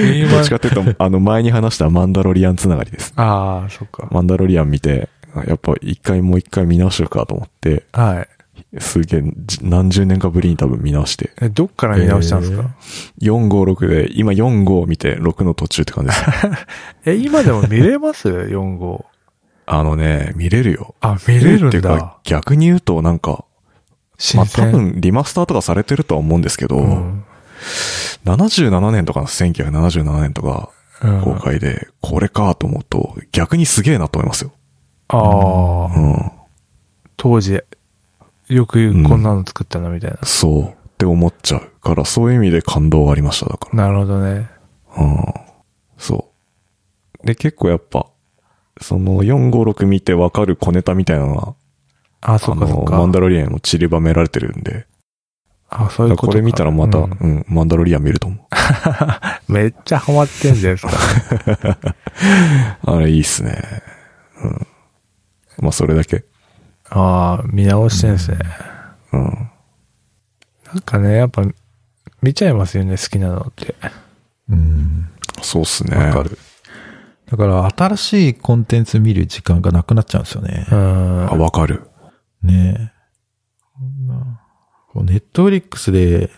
[SPEAKER 1] リー
[SPEAKER 3] ど
[SPEAKER 1] マ
[SPEAKER 3] っ
[SPEAKER 1] ン
[SPEAKER 3] ちかっていうと、あの、前に話したマンダロリアンつながりです。
[SPEAKER 1] ああ、そっか。
[SPEAKER 3] マンダロリアン見て、あやっぱ一回もう一回見直しようかと思って、
[SPEAKER 1] はい。
[SPEAKER 3] すげえ、じ何十年かぶりに多分見直して、
[SPEAKER 1] え、どっから見直したんですか
[SPEAKER 3] 4、5、6で、今4、5を見て、6の途中って感 じです。
[SPEAKER 1] え、今でも見れます ?4 号。
[SPEAKER 3] あのね、見れるよ。
[SPEAKER 1] あ、見れる
[SPEAKER 3] ってい
[SPEAKER 1] ん
[SPEAKER 3] うか
[SPEAKER 1] だ。、
[SPEAKER 3] 逆に言うとなんか、ま
[SPEAKER 1] 新
[SPEAKER 3] あ多
[SPEAKER 1] 鮮。
[SPEAKER 3] 分リマスターとかされてるとは思うんですけど、
[SPEAKER 1] うん
[SPEAKER 3] 77年とかの1977年とか
[SPEAKER 1] うん
[SPEAKER 3] 公開で、これかと思うと、逆にすげえなと思いますよ。
[SPEAKER 1] ああ、
[SPEAKER 3] うん。
[SPEAKER 1] 当時、よくこんなの作ったな、みたいな。
[SPEAKER 3] そう。って思っちゃうから、そういう意味で感動がありました、だか
[SPEAKER 1] なるほどね。
[SPEAKER 3] ら。うん。そう。で、結構やっぱ、その456見てわかる小ネタみたいなのは、
[SPEAKER 1] あ、
[SPEAKER 3] あ
[SPEAKER 1] そっかそ
[SPEAKER 3] の
[SPEAKER 1] っ、
[SPEAKER 3] マン
[SPEAKER 1] か。
[SPEAKER 3] ダロリアンにも散りばめられてるんで、
[SPEAKER 1] あ、そう
[SPEAKER 3] だ
[SPEAKER 1] い
[SPEAKER 3] か
[SPEAKER 1] うこと
[SPEAKER 3] らこ
[SPEAKER 1] か
[SPEAKER 3] れ見たらまた、
[SPEAKER 1] う
[SPEAKER 3] うんん、マンダロリアン見ると思う。
[SPEAKER 1] めっちゃハマってんじゃないですか。
[SPEAKER 3] あれ、いいっすね。うん。まあ、それだけ。
[SPEAKER 1] ああ、見直してんですね。
[SPEAKER 3] うん。
[SPEAKER 1] なんかね、やっぱ、見ちゃいますよね、好きなのって。
[SPEAKER 2] うん。
[SPEAKER 3] そうっすね。
[SPEAKER 2] わかる。だから、新しいコンテンツ見る時間がなくなっちゃうんですよね
[SPEAKER 1] う。ん。
[SPEAKER 3] あ、わかる。
[SPEAKER 2] ねえ。ネットフリックスで、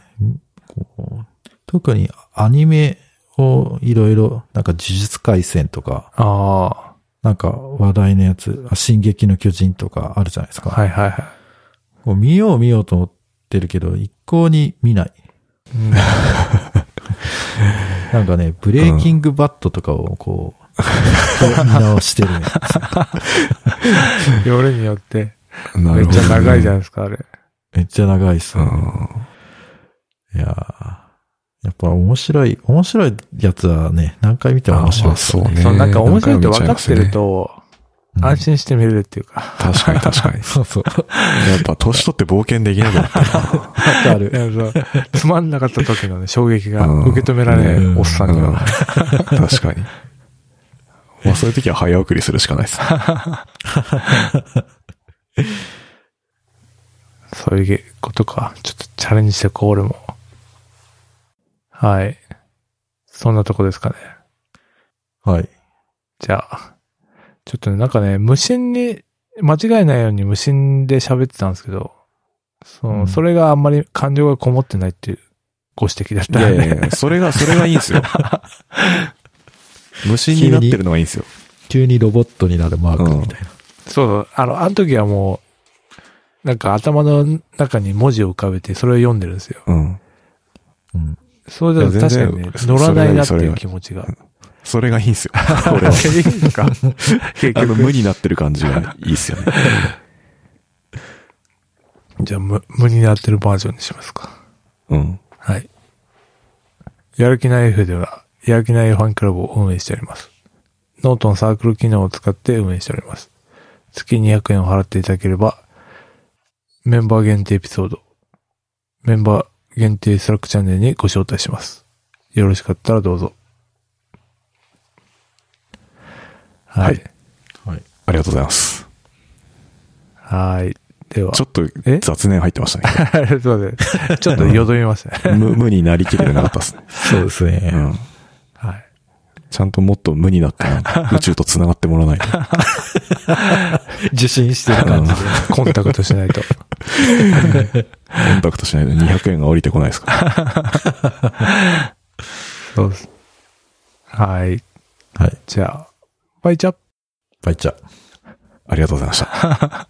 [SPEAKER 2] こう特にアニメをいろいろ、なんか呪術廻戦とか、
[SPEAKER 1] あ
[SPEAKER 2] なんか話題のやつ、あ進撃の巨人とかあるじゃないです
[SPEAKER 1] あ、
[SPEAKER 2] か。
[SPEAKER 1] はいはいはい。
[SPEAKER 2] こう見よう見ようと思ってるけど、一向に見ない。
[SPEAKER 1] うん
[SPEAKER 2] なんかね、ブレイキングバットとかをこう、見直してるね。
[SPEAKER 1] よりによって、
[SPEAKER 3] な
[SPEAKER 1] めっちゃ長いじゃ
[SPEAKER 3] ん。
[SPEAKER 1] ないですか、あれ。
[SPEAKER 2] めっちゃ長いっす
[SPEAKER 3] う
[SPEAKER 2] ね、
[SPEAKER 3] ん。
[SPEAKER 2] いやーやっぱ面白い、面白いやつはね、何回見ても面白いっすよ、
[SPEAKER 3] あまあね
[SPEAKER 1] そう、なんか面白いって
[SPEAKER 3] な
[SPEAKER 1] 分
[SPEAKER 3] んか見ちゃい
[SPEAKER 1] か
[SPEAKER 3] ま
[SPEAKER 1] っ
[SPEAKER 3] す
[SPEAKER 1] て
[SPEAKER 3] ね
[SPEAKER 1] ると、
[SPEAKER 2] うん
[SPEAKER 1] 安心して見れるっていうか。
[SPEAKER 3] 確かに確かに。
[SPEAKER 2] そうそう。
[SPEAKER 3] やっぱ、年取って冒険できなくなったな。
[SPEAKER 2] わかる。
[SPEAKER 1] そうつまんなかった時のね、衝撃が
[SPEAKER 3] うん
[SPEAKER 1] 受け止められな
[SPEAKER 2] う
[SPEAKER 1] い
[SPEAKER 2] ん
[SPEAKER 1] おっさん
[SPEAKER 3] うん。
[SPEAKER 1] が。
[SPEAKER 3] 確かに。まあ、そういう時は早送りするしかないっす。
[SPEAKER 1] そういうことか。ちょっとチャレンジしてこう、俺も。はい。そんなとこですかね。
[SPEAKER 2] はい。
[SPEAKER 1] じゃあ、ちょっとね、なんかね、無心に、間違いないように無心で喋ってたんですけど、その、
[SPEAKER 2] うん
[SPEAKER 1] それがあんまり感情がこもってないっていうご指摘だっ
[SPEAKER 3] い
[SPEAKER 1] た
[SPEAKER 3] や
[SPEAKER 1] ん
[SPEAKER 3] い
[SPEAKER 1] で、
[SPEAKER 3] やいや、それが、それがいいんすよ。無心になってるのがいいんすよ。
[SPEAKER 2] 急にロボットになるマークみたいな。
[SPEAKER 1] そうそう、あの、あの時はもう、なんか頭の中に文字を浮かべてそれを読んでるんですよ。
[SPEAKER 3] うん。
[SPEAKER 2] うん。
[SPEAKER 1] それだと確かにね
[SPEAKER 3] いや全然
[SPEAKER 1] 乗らないなって
[SPEAKER 3] それ
[SPEAKER 1] い
[SPEAKER 3] が
[SPEAKER 1] う
[SPEAKER 3] いい
[SPEAKER 1] 気持ちが。
[SPEAKER 3] それがいいんすよ。
[SPEAKER 1] こ
[SPEAKER 3] 俺
[SPEAKER 1] れ
[SPEAKER 3] は。
[SPEAKER 1] いい のか結
[SPEAKER 3] あの、
[SPEAKER 1] 局。
[SPEAKER 3] 無になってる感じがいいっすよね。
[SPEAKER 1] じゃあ無、無になってるバージョンにしますか。
[SPEAKER 3] うん。
[SPEAKER 1] はい。やる気ない F では、やる気ないファンクラブを運営しております。ノートのサークル機能を使って運営しております。月200円を払っていただければ、メンバー限定エピソード、メンバー限定スラックチャンネルにご招待します。よろしかったらどうぞ。は
[SPEAKER 3] はいい。
[SPEAKER 2] はい。
[SPEAKER 3] ありがとうございます。
[SPEAKER 1] はい。では。
[SPEAKER 3] ちょっと
[SPEAKER 1] え
[SPEAKER 3] 雑念入ってましたね。
[SPEAKER 1] っ と、すいません。ちょっとよどみま したね。
[SPEAKER 3] 無無になりきれてなかったですね。
[SPEAKER 2] そうですね。
[SPEAKER 3] うん。
[SPEAKER 1] はい。
[SPEAKER 3] ちゃんともっと無になってなんか宇宙と繋がってもらわないと。
[SPEAKER 2] 受信してる感じで。
[SPEAKER 1] コンタクトしないと。
[SPEAKER 3] コンタクトしないと200円が降りてこないですから。
[SPEAKER 1] そうです。はい。
[SPEAKER 2] はい。
[SPEAKER 1] じゃあ、バイチャップ
[SPEAKER 2] バイチャ。
[SPEAKER 3] ありがとうございました。